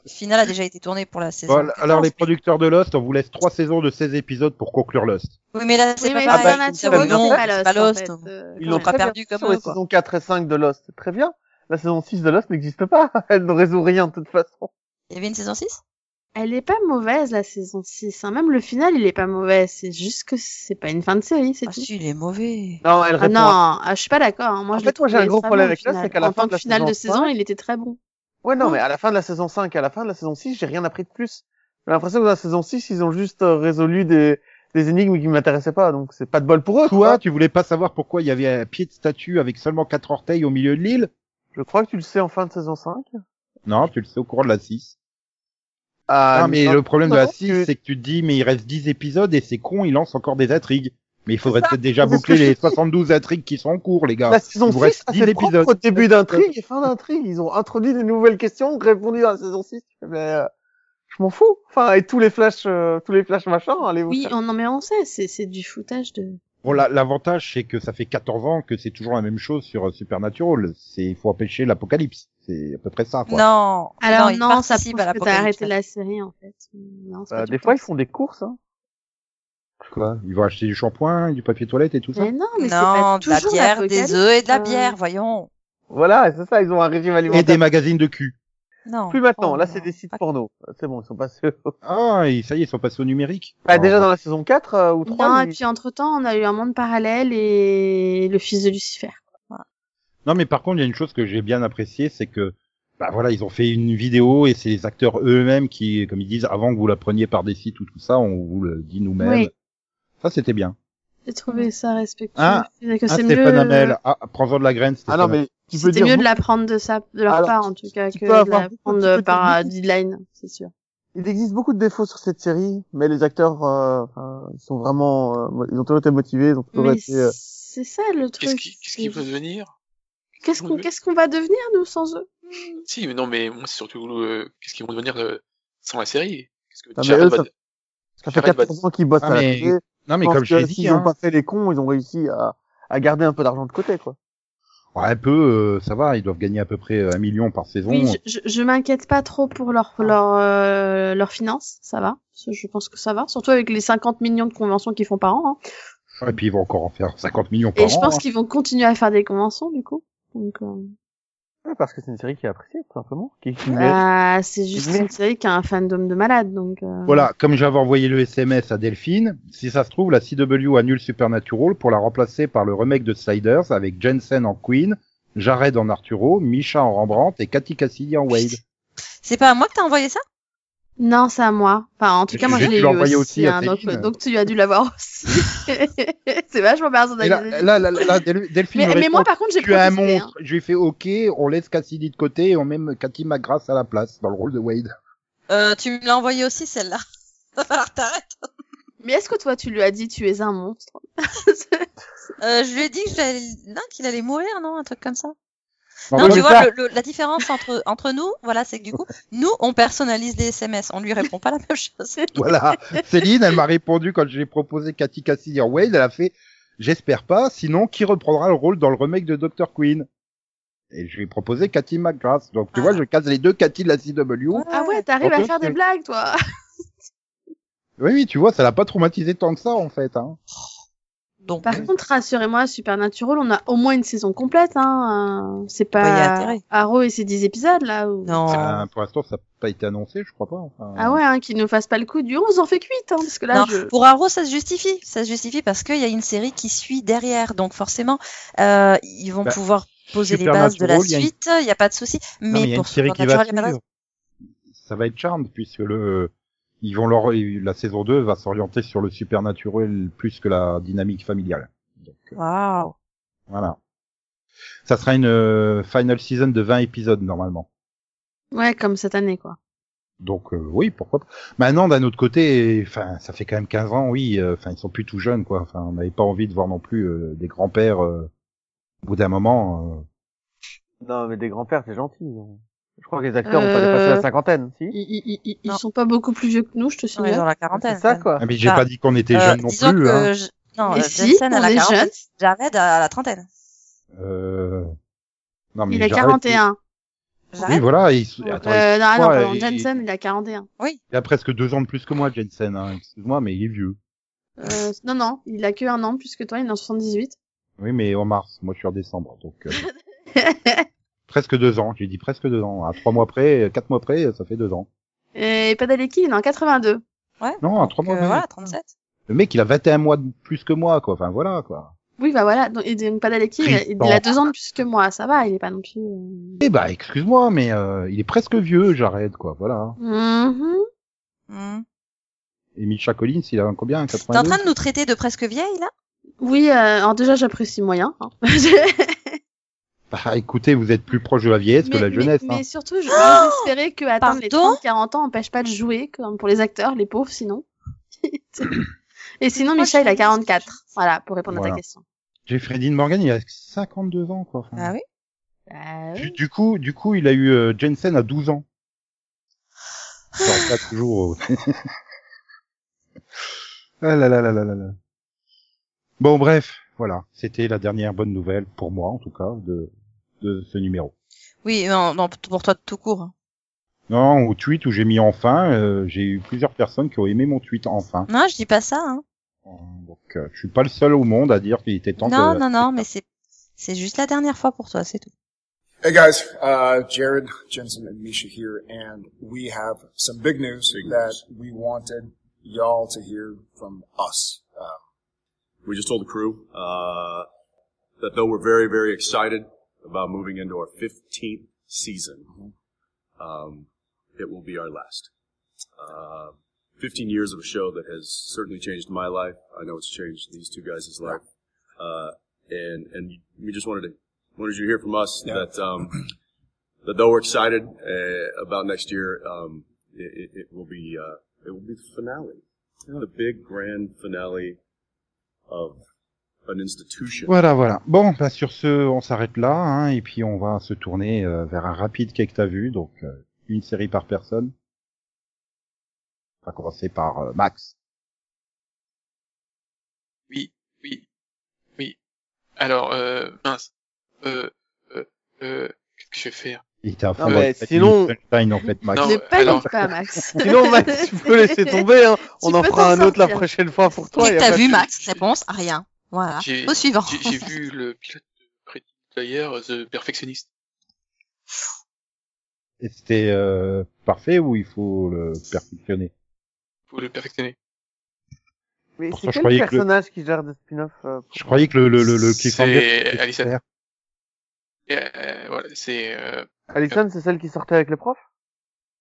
Speaker 5: final a déjà été tourné pour la saison.
Speaker 2: Voilà, alors,
Speaker 5: 14.
Speaker 2: les producteurs de Lost, on vous laisse trois saisons de 16 épisodes pour conclure Lost.
Speaker 5: Oui, mais là, c'est
Speaker 3: Oui,
Speaker 5: pas
Speaker 3: mais
Speaker 6: Ah bah,
Speaker 3: Supernatural,
Speaker 5: pareil. C'est
Speaker 6: Supernatural,
Speaker 5: bon,
Speaker 3: c'est
Speaker 5: c'est
Speaker 3: pas Lost. en
Speaker 5: Lost. hein.
Speaker 3: fait, euh,
Speaker 6: Ils
Speaker 3: quand
Speaker 6: l'ont
Speaker 3: même.
Speaker 5: pas
Speaker 6: très bien
Speaker 5: perdu
Speaker 6: fait
Speaker 5: comme
Speaker 6: sur
Speaker 5: eux,
Speaker 6: la
Speaker 5: quoi.
Speaker 6: saison 4 et 5 de Lost. C'est très bien. La saison 6 de Lost n'existe pas. [LAUGHS] Elle ne résout rien, de toute façon.
Speaker 5: Il y avait une saison 6
Speaker 3: Elle est pas mauvaise la saison 6. hein. Même le final, il est pas mauvais. C'est juste que c'est pas une fin de série, c'est
Speaker 5: Ah
Speaker 3: tout.
Speaker 5: si, il est mauvais.
Speaker 6: Non, elle
Speaker 3: Ah
Speaker 6: répond. à-
Speaker 3: non, ah, je suis pas d'accord. hein. Moi,
Speaker 6: En
Speaker 3: je
Speaker 6: fait,
Speaker 3: l'ai
Speaker 6: moi, j'ai
Speaker 3: trouvé
Speaker 6: un gros
Speaker 3: extrêmement
Speaker 6: problème
Speaker 3: bon,
Speaker 6: avec Lost,
Speaker 3: final.
Speaker 6: c'est qu'à la
Speaker 3: En
Speaker 6: fin
Speaker 3: tant
Speaker 6: de
Speaker 3: que
Speaker 6: la
Speaker 3: final de
Speaker 6: saison
Speaker 3: saison, il était très bon.
Speaker 6: Ouais, non,
Speaker 2: Hein?
Speaker 3: Oui.
Speaker 6: mais à la fin de la saison 5 et à la fin de la saison 6, j'ai rien appris de plus. J'ai l'impression que dans la saison 6, ils ont juste euh, résolu des, des énigmes qui m'intéressaient pas. Donc, c'est pas de bol pour eux.
Speaker 2: Toi, tu voulais pas savoir pourquoi il y avait un pied de statue avec seulement quatre orteils au milieu de l'île
Speaker 6: Je crois que tu le sais en fin de saison 5.
Speaker 2: Non, tu le sais au cours de la 6.
Speaker 6: Ah,
Speaker 2: Ah, mais le problème de la
Speaker 6: non,
Speaker 2: 6,
Speaker 6: tu-
Speaker 2: c'est que tu te dis, mais il reste 10 épisodes et c'est con, il lance encore des intrigues. Mais il faudrait
Speaker 6: C'est ça,
Speaker 2: peut-être déjà
Speaker 6: c'est ce
Speaker 2: boucler
Speaker 6: que je
Speaker 2: les
Speaker 6: dis. Bah,
Speaker 2: 72 intrigues qui sont en cours, les
Speaker 6: La
Speaker 2: gars.
Speaker 6: saison
Speaker 2: il vous reste
Speaker 6: 6 a
Speaker 2: 10
Speaker 6: fait propre
Speaker 2: épisodes.
Speaker 6: au début d'intrigue et fin d'intrigue. Ils ont introduit des nouvelles questions, répondu dans la saison 6. Mais, euh, je m'en fous. Enfin, et tous les flashs, euh, tous les flashs machin, allez vous
Speaker 3: Oui,
Speaker 6: faire-
Speaker 3: on, non, mais on sait, c'est c'est du foutage de.
Speaker 2: Bon, la- l'avantage, c'est que ça fait 14 ans que c'est toujours la même chose sur euh, Supernatural. C'est, il faut empêcher l'apocalypse. C'est à peu près ça, quoi.
Speaker 5: Non.
Speaker 6: Ah
Speaker 3: Alors
Speaker 5: il
Speaker 3: non, ça
Speaker 5: participe
Speaker 3: prouve
Speaker 5: à la
Speaker 3: que t'as arrêté
Speaker 5: prochaine.
Speaker 3: la série en fait. Non, c'est
Speaker 6: Bah,
Speaker 3: pas
Speaker 6: des
Speaker 3: tout
Speaker 6: fois,
Speaker 3: le
Speaker 6: ils font des courses. Hein.
Speaker 2: Quoi Ils vont acheter du shampoing, du papier toilette et tout
Speaker 3: temps.
Speaker 2: ça
Speaker 3: Mais non, mais c'est
Speaker 5: Non,
Speaker 3: pas
Speaker 5: de la
Speaker 3: toujours
Speaker 5: bière, des
Speaker 3: l'apocalypse,
Speaker 5: œufs et de la
Speaker 3: euh.
Speaker 5: bière, voyons.
Speaker 6: Voilà, c'est ça, ils ont un régime
Speaker 2: Et
Speaker 6: alimentaire.
Speaker 2: des magazines de cul.
Speaker 5: Non.
Speaker 6: Plus maintenant,
Speaker 5: Oh,
Speaker 6: là,
Speaker 5: non.
Speaker 6: c'est des
Speaker 3: Ah.
Speaker 6: sites porno. C'est bon, ils sont passés. au-
Speaker 2: Ah, et ça y est, ils sont passés au numérique.
Speaker 6: [LAUGHS] Bah,
Speaker 2: Ah,
Speaker 6: déjà dans la saison 4 euh, ou 3.
Speaker 3: Non, et
Speaker 6: ils-
Speaker 3: puis entre temps, on a eu un monde parallèle et le fils de Lucifer.
Speaker 2: Non, mais par contre, il y a une chose que j'ai bien appréciée, c'est que, bah voilà, ils ont fait une vidéo et c'est les acteurs eux-mêmes qui, comme ils disent, avant que vous la preniez par des sites ou tout ça, on vous le dit nous-mêmes.
Speaker 3: Oui.
Speaker 2: Ça, c'était bien.
Speaker 3: J'ai trouvé ça respectueux.
Speaker 2: Hein
Speaker 3: C'est-à-dire que
Speaker 2: ah,
Speaker 3: c'est
Speaker 2: Stéphane
Speaker 3: mieux.
Speaker 2: Hamel. Ah, prends-en de la graine,
Speaker 6: Ah
Speaker 2: Stéphane
Speaker 6: non,
Speaker 2: Hamel.
Speaker 6: mais tu peux
Speaker 3: C'était
Speaker 6: dire.
Speaker 3: mieux de la prendre de sa, de leur
Speaker 6: Alors,
Speaker 3: part en tout cas
Speaker 6: tu
Speaker 3: que
Speaker 6: peux
Speaker 3: de
Speaker 6: avoir
Speaker 3: la
Speaker 6: beaucoup de
Speaker 3: prendre
Speaker 6: petites
Speaker 3: par euh,
Speaker 6: limites.
Speaker 3: Deadline, c'est sûr.
Speaker 6: Il existe beaucoup de défauts sur cette série, mais les acteurs, euh, enfin, ils sont vraiment, euh, mo- ils ont toujours été motivés, ils ont toujours
Speaker 3: Mais
Speaker 6: été. euh,
Speaker 3: c'est ça le
Speaker 4: Qu'est-ce
Speaker 3: truc.
Speaker 4: qui, qu'est-ce qui peut devenir
Speaker 3: Qu'est-ce qu'on qu'est-ce qu'on va devenir nous sans eux
Speaker 4: Si, mais non, mais moi, c'est surtout euh, qu'est-ce qu'ils vont devenir euh, sans la série Qu'est-ce que
Speaker 6: mais
Speaker 4: Jared
Speaker 6: eux,
Speaker 4: va-
Speaker 6: ça- Ça fait
Speaker 4: Jared va-
Speaker 6: 14 ans qu'ils bossent
Speaker 2: Ah,
Speaker 6: à la
Speaker 2: mais-
Speaker 6: télé.
Speaker 2: Non, mais
Speaker 6: Je pense
Speaker 2: comme je
Speaker 6: que
Speaker 2: l'ai
Speaker 6: s'ils
Speaker 2: dit,
Speaker 6: n'ont
Speaker 2: hein,
Speaker 6: pas fait les cons, ils ont réussi à, à garder un peu d'argent de côté, quoi.
Speaker 2: ouais, un peu, euh, ça va, ils doivent gagner à peu près euh, un million par saison.
Speaker 3: Oui, je, je, je m'inquiète pas trop pour leur
Speaker 6: Ah.
Speaker 3: leur euh, leurs finances, ça va. Je pense que ça va, surtout avec les 50 millions de conventions qu'ils font par an. hein.
Speaker 2: Et puis ils vont encore en faire 50 millions par
Speaker 3: Et je
Speaker 2: an.
Speaker 3: pense
Speaker 2: hein.
Speaker 3: qu'ils vont continuer à faire des conventions du coup. Donc euh,
Speaker 6: Ouais, parce que c'est une série qui est appréciée, tout simplement. Qui, qui mérite.
Speaker 3: bah, c'est juste
Speaker 6: Mais-
Speaker 3: une série qui a un fandom de malade donc. euh,
Speaker 2: Voilà, comme j'avais envoyé le SMS à Delphine, si ça se trouve, la CW annule Supernatural pour la remplacer par le remake de Sliders avec Jensen en Queen, Jared en Arturo, Misha en Rembrandt et Cathy Cassidy en
Speaker 3: [LAUGHS]
Speaker 2: Wade.
Speaker 5: C'est pas à moi que t'as envoyé ça
Speaker 3: Non, c'est à moi. Enfin, en tout cas, moi,
Speaker 2: J'ai
Speaker 3: je
Speaker 2: dû
Speaker 3: l'ai eu
Speaker 2: l'envoyer
Speaker 3: aussi.
Speaker 2: aussi à
Speaker 3: hein, donc,
Speaker 2: Céline.
Speaker 3: donc, tu as dû l'avoir
Speaker 2: [LAUGHS]
Speaker 3: aussi. [LAUGHS] c'est vachement
Speaker 2: Et là,
Speaker 3: personnalisé.
Speaker 2: là, là, là, Del- Delphine
Speaker 3: mais,
Speaker 2: me
Speaker 3: mais
Speaker 2: répond,
Speaker 3: moi, par contre, j'ai
Speaker 2: tu es un
Speaker 3: protesté, hein.
Speaker 2: monstre. Je lui fais OK, on laisse Cassidy de côté et on met Cathy McGrath à la place dans le rôle de Wade.
Speaker 5: euh, Tu me l'as envoyé aussi celle-là. [LAUGHS] Va falloir t'arrêter.
Speaker 3: Mais est-ce que toi, tu lui as dit, tu es un monstre [LAUGHS]
Speaker 5: Euh, je lui ai dit que j'allais... non, qu'il allait mourir, non, un truc comme ça.
Speaker 6: Bah,
Speaker 2: Non,
Speaker 5: Non,
Speaker 2: mais
Speaker 5: tu
Speaker 2: comme
Speaker 5: vois,
Speaker 2: ça,
Speaker 5: le- le- la différence entre entre nous, voilà, c'est que du coup, nous, on personnalise les SMS, on lui répond pas la même chose.
Speaker 6: [LAUGHS]
Speaker 2: Voilà. Céline, elle m'a répondu quand j'ai proposé Cathy Cassidy en Wade, elle a fait J'espère pas, sinon qui reprendra le rôle dans le remake de Dr. Queen Et je lui ai proposé Cathy McGrath. Donc tu vois, je case les deux Cathy de la CW.
Speaker 3: Ah ouais, t'arrives
Speaker 2: En
Speaker 3: à
Speaker 2: plus,
Speaker 3: faire des
Speaker 2: tu-
Speaker 3: blagues,
Speaker 5: [LAUGHS]
Speaker 3: toi.
Speaker 2: Oui, oui, tu vois, ça l'a pas traumatisé tant que ça en fait. Hein.
Speaker 5: Donc,
Speaker 3: Par contre, rassurez-moi, Supernatural, on a au moins une saison complète. Hein. euh, C'est pas
Speaker 5: Ouais, y a intérêt.
Speaker 3: Arrow et ses 10 épisodes, là. ou-
Speaker 5: non.
Speaker 6: Ah.
Speaker 2: Euh, pour l'instant, ça n'a pas été annoncé, je crois pas. enfin.
Speaker 3: Ah ouais, hein, qu'ils nous fassent pas le coup du 11, en fait que 8. Hein, parce que là,
Speaker 5: Non,
Speaker 3: je...
Speaker 5: Pour Arrow, ça se justifie. Ça se justifie parce qu'il y a une série qui suit derrière. Donc forcément, euh, ils vont
Speaker 2: Bah,
Speaker 5: pouvoir poser les
Speaker 2: Supernatural,
Speaker 5: bases de la
Speaker 2: il y a une-
Speaker 5: suite. Il n'y a pas de souci.
Speaker 2: Non, mais il y
Speaker 5: Mais
Speaker 2: a une
Speaker 5: pour
Speaker 2: série qui va
Speaker 5: Supernatural, il y a pas de
Speaker 2: suivre. Ça va être Charmed puisque le ils vont leur la saison 2 va s'orienter sur le supernaturel plus que la dynamique familiale.
Speaker 5: raison. Waouh.
Speaker 2: Voilà. Ça sera une euh, final season de 20 épisodes normalement.
Speaker 3: Ouais, comme cette année, quoi.
Speaker 2: Donc euh, oui, pourquoi pas. Maintenant, d'un autre côté, enfin, ça fait quand même 15 ans, oui, euh, enfin, ils sont plus tout jeunes, quoi. Enfin, on n'avait pas envie de voir non plus euh, des grands-pères euh, au bout d'un moment. euh.
Speaker 6: Non, mais des grands-pères, c'est gentil. hein. Je crois que les acteurs ont pas
Speaker 3: Euh,
Speaker 6: dépassé la cinquantaine, si.
Speaker 3: Ils, ils- ils- ils
Speaker 5: Mm. Non.
Speaker 3: sont pas beaucoup plus vieux que nous, je te
Speaker 5: Ils
Speaker 3: signale.
Speaker 5: ont la
Speaker 6: C'est
Speaker 5: quarantaine.
Speaker 6: ça,
Speaker 5: quand même.
Speaker 6: quoi.
Speaker 2: Ah, mais j'ai
Speaker 5: Bah,
Speaker 2: pas dit qu'on était
Speaker 5: Euh,
Speaker 2: jeunes non
Speaker 5: disons
Speaker 2: plus.
Speaker 5: que
Speaker 2: Hein.
Speaker 5: je- Non,
Speaker 3: Mais
Speaker 5: euh,
Speaker 3: si,
Speaker 5: Jensen
Speaker 3: on
Speaker 5: à la
Speaker 3: est
Speaker 5: quarantaine.
Speaker 3: jeunes.
Speaker 5: Jared à la trentaine.
Speaker 2: Euh... Non, mais
Speaker 3: Il a
Speaker 2: j'arrête.
Speaker 3: 41.
Speaker 2: Oui,
Speaker 5: Jared
Speaker 2: voilà. Il... se-
Speaker 3: Euh,
Speaker 2: Attends, il...
Speaker 3: euh, non,
Speaker 2: se
Speaker 3: ah non,
Speaker 2: croit,
Speaker 3: pardon,
Speaker 2: il-
Speaker 3: Jensen, il a 41.
Speaker 2: il a presque deux ans de plus que moi, Jensen. Hein. Excuse-moi, mais il est vieux.
Speaker 3: Euh, non, non, il a que un an plus que toi, il en a 78.
Speaker 2: Oui, mais en mars, moi je suis en décembre, donc. euh, [LAUGHS] presque deux ans. J'ai dit presque deux ans. À trois mois près, euh, quatre mois près, ça fait deux ans.
Speaker 3: Et Padalecki, il en a 82.
Speaker 5: Ouais.
Speaker 2: Non, à trois
Speaker 5: Donc,
Speaker 2: mois.
Speaker 5: euh,
Speaker 2: près.
Speaker 5: voilà, 37.
Speaker 2: Le mec, il a 21 mois de plus que moi, quoi. Enfin, voilà, quoi.
Speaker 3: Oui, bah voilà, donc, et donc Padalecki, il a- il a
Speaker 2: Tristan.
Speaker 3: deux ans de plus que moi, ça va, il est pas non plus... euh,
Speaker 2: Eh bah, excuse-moi, mais euh, il est presque vieux, Jared, quoi. Voilà.
Speaker 3: mhm.
Speaker 5: Hmm.
Speaker 2: Et Misha Collins, il a combien
Speaker 5: T'es en
Speaker 2: 82
Speaker 5: train de nous traiter de presque vieille là
Speaker 3: Oui, euh, alors déjà, j'apprécie moyen. hein. [LAUGHS]
Speaker 2: Bah, écoutez, vous êtes plus proche de la vieillesse que
Speaker 3: mais,
Speaker 2: la
Speaker 3: mais-
Speaker 2: jeunesse, hein.
Speaker 3: mais surtout, je j'ose espérer que atteindre les
Speaker 5: Pardon
Speaker 3: 30-40 ans empêche pas de jouer, comme pour les acteurs, les
Speaker 2: [COUGHS]
Speaker 3: pauvres, sinon. et sinon,
Speaker 5: Moi,
Speaker 3: Micha, il a
Speaker 5: je-
Speaker 3: 44. Voilà, pour répondre à
Speaker 2: Voilà.
Speaker 3: ta question.
Speaker 2: Jeffrey Dean Morgan, il a 52 ans, quoi. Enfin,
Speaker 5: Ah oui.
Speaker 3: Bah,
Speaker 2: du, du coup, du coup, il a eu euh, Jensen à 12 ans. Genre, pas toujours. euh, ah là là là là là là. Bon, bref, voilà. C'était la dernière bonne nouvelle, pour moi en tout cas, de, de ce numéro.
Speaker 5: Oui, non, non, pour toi tout court.
Speaker 2: Non, au tweet où j'ai mis enfin, euh, j'ai eu plusieurs personnes qui ont aimé mon tweet enfin.
Speaker 5: Non, je dis pas ça. Hein.
Speaker 2: Donc, euh, je suis pas le seul au monde à dire qu'il était temps
Speaker 5: Non,
Speaker 2: de...
Speaker 5: non, non, mais c'est c'est juste la dernière fois pour toi, c'est tout.
Speaker 11: Hey guys, uh, Jared, Jensen, and Misha here, and we have some big news that we wanted y'all to hear from us. Um,
Speaker 8: We just told the crew uh, that though we're very, very excited about moving into our 15th season,
Speaker 11: Mm-hmm.
Speaker 8: um, it will be our last. Uh, 15 years of a show that has certainly changed my life. I know it's changed these two guys' life. Uh, and and we just wanted to wanted you to hear from us that um, that though we're excited uh, about next year, um, it, it, it will be uh, it will be the finale, the big grand finale of an institution.
Speaker 2: Voilà, voilà. Bon, bah sur ce, on s'arrête là, hein, et puis on va se tourner euh, vers un rapide quai que t'as vu, donc euh, une série par personne. On va commencer par euh, Max.
Speaker 4: Alors, euh, mince. Euh, euh, euh, qu'est-ce que je vais faire
Speaker 2: Il était à fond
Speaker 6: Non,
Speaker 2: dans
Speaker 6: mais
Speaker 2: le Fatih
Speaker 6: sinon-
Speaker 2: Frankenstein, en fait, Max.
Speaker 4: Non,
Speaker 3: Ne
Speaker 4: euh,
Speaker 3: panique pas, Max.
Speaker 6: Sinon, Max,
Speaker 3: [LAUGHS]
Speaker 6: tu peux laisser tomber. Hein. On
Speaker 3: Tu
Speaker 6: en
Speaker 3: peux
Speaker 6: fera un
Speaker 3: t'en
Speaker 6: autre la
Speaker 3: sortir.
Speaker 6: prochaine fois pour toi.
Speaker 5: Qu'est-ce
Speaker 6: y
Speaker 5: que
Speaker 6: a
Speaker 5: t'as
Speaker 6: pas de
Speaker 5: vu,
Speaker 6: souci.
Speaker 5: Max Réponse Ah, Rien. Voilà.
Speaker 4: J'ai-
Speaker 5: Au suivant.
Speaker 4: J'ai j'ai
Speaker 2: [LAUGHS]
Speaker 4: vu le pilote de Pretty Liar, The Perfectionist.
Speaker 2: Et C'était euh, parfait ou il faut le perfectionner
Speaker 4: Faut le perfectionner.
Speaker 6: Mais
Speaker 2: ça, je
Speaker 6: c'est quel
Speaker 2: croyais que le-
Speaker 6: personnage qui gère des spin-offs euh, pour-
Speaker 2: Je croyais que le le le, le
Speaker 4: C'est
Speaker 2: cliffhanger- Ah,
Speaker 4: Alison. Et, euh, voilà, c'est euh,
Speaker 6: Alison, c'est celle qui sortait avec le prof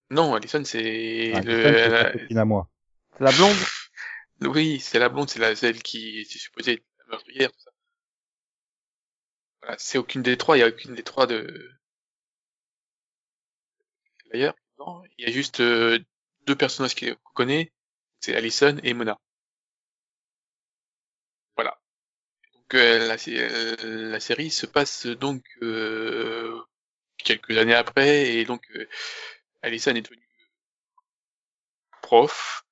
Speaker 4: non, Alison, c'est
Speaker 2: Ah,
Speaker 4: le. euh,
Speaker 2: Alison, c'est sa copine à moi.
Speaker 6: C'est la blonde
Speaker 4: Oui, c'est la blonde, c'est la celle qui est supposée être la meurtrière, tout ça. Voilà, c'est aucune des trois, il y a aucune des trois de. D'ailleurs, non, il y a juste euh, deux personnages qui- qu'on connaît, c'est Allison et Mona. Voilà. Donc euh, la, sé- euh, la série se passe donc euh, quelques années après, et donc euh, Allison est devenue prof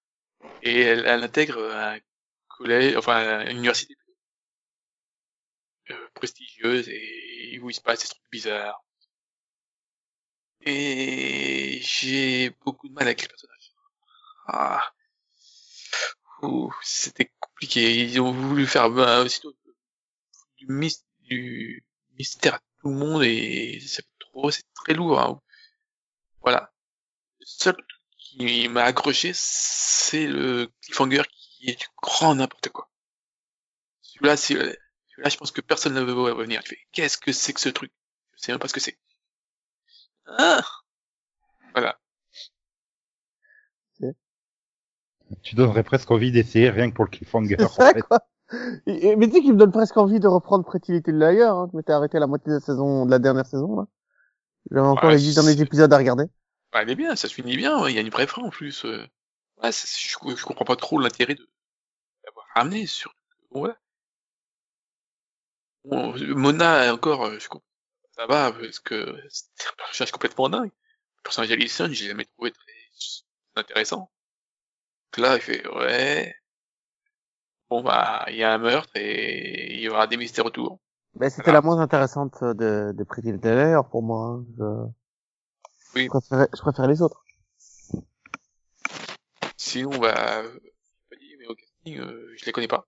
Speaker 4: et elle, elle intègre un collège, enfin une université euh, prestigieuse et où il se passe des trucs bizarres. Et j'ai beaucoup de mal avec les personnages. Ah. Ouh, c'était compliqué. Ils ont voulu faire ben, aussitôt du, mys- du mystère à tout le monde et c'est trop, c'est très lourd. hein. Voilà. Le seul qui m'a accroché, c'est le cliffhanger qui est du grand n'importe quoi. Celui-là, c'est- celui-là, je pense que personne ne veut revenir. Tu fais, Qu'est-ce que c'est que ce truc Je sais même pas ce que c'est. Ah voilà.
Speaker 2: Tu donnerais presque envie d'essayer rien que pour le cliffhanger.
Speaker 6: C'est
Speaker 2: en
Speaker 6: ça,
Speaker 2: fait.
Speaker 6: quoi. Et- et- mais tu sais qu'il me donne presque envie de reprendre Pretty Little Liar. Hein. Je m'étais arrêté à la moitié de la saison, de la dernière saison. là. J'avais encore
Speaker 4: Ouais,
Speaker 6: les dix derniers
Speaker 4: c'est-
Speaker 6: épisodes à regarder.
Speaker 4: Bah, elle est bien, ça se finit bien, ouais, il y a une vraie fin en plus. euh. Ouais, c'est- je, je comprends pas trop l'intérêt de l'avoir ramené, surtout. que, Voilà. Bon, euh, Mona, encore, euh, je comprends. Ça va, parce que c'est un personnage complètement dingue. Le personnage d'Alison, j'ai jamais trouvé très intéressant. Donc là, il fait, ouais. Bon, bah, il y a un meurtre et il y aura des mystères autour.
Speaker 6: Mais c'était la moins intéressante euh, de, de Pretty Little Liar pour moi. hein. Je...
Speaker 4: Oui.
Speaker 6: je préférais, je préférais les autres.
Speaker 4: Sinon, bah, euh, pas dit, mais au casting, euh, je les connais pas.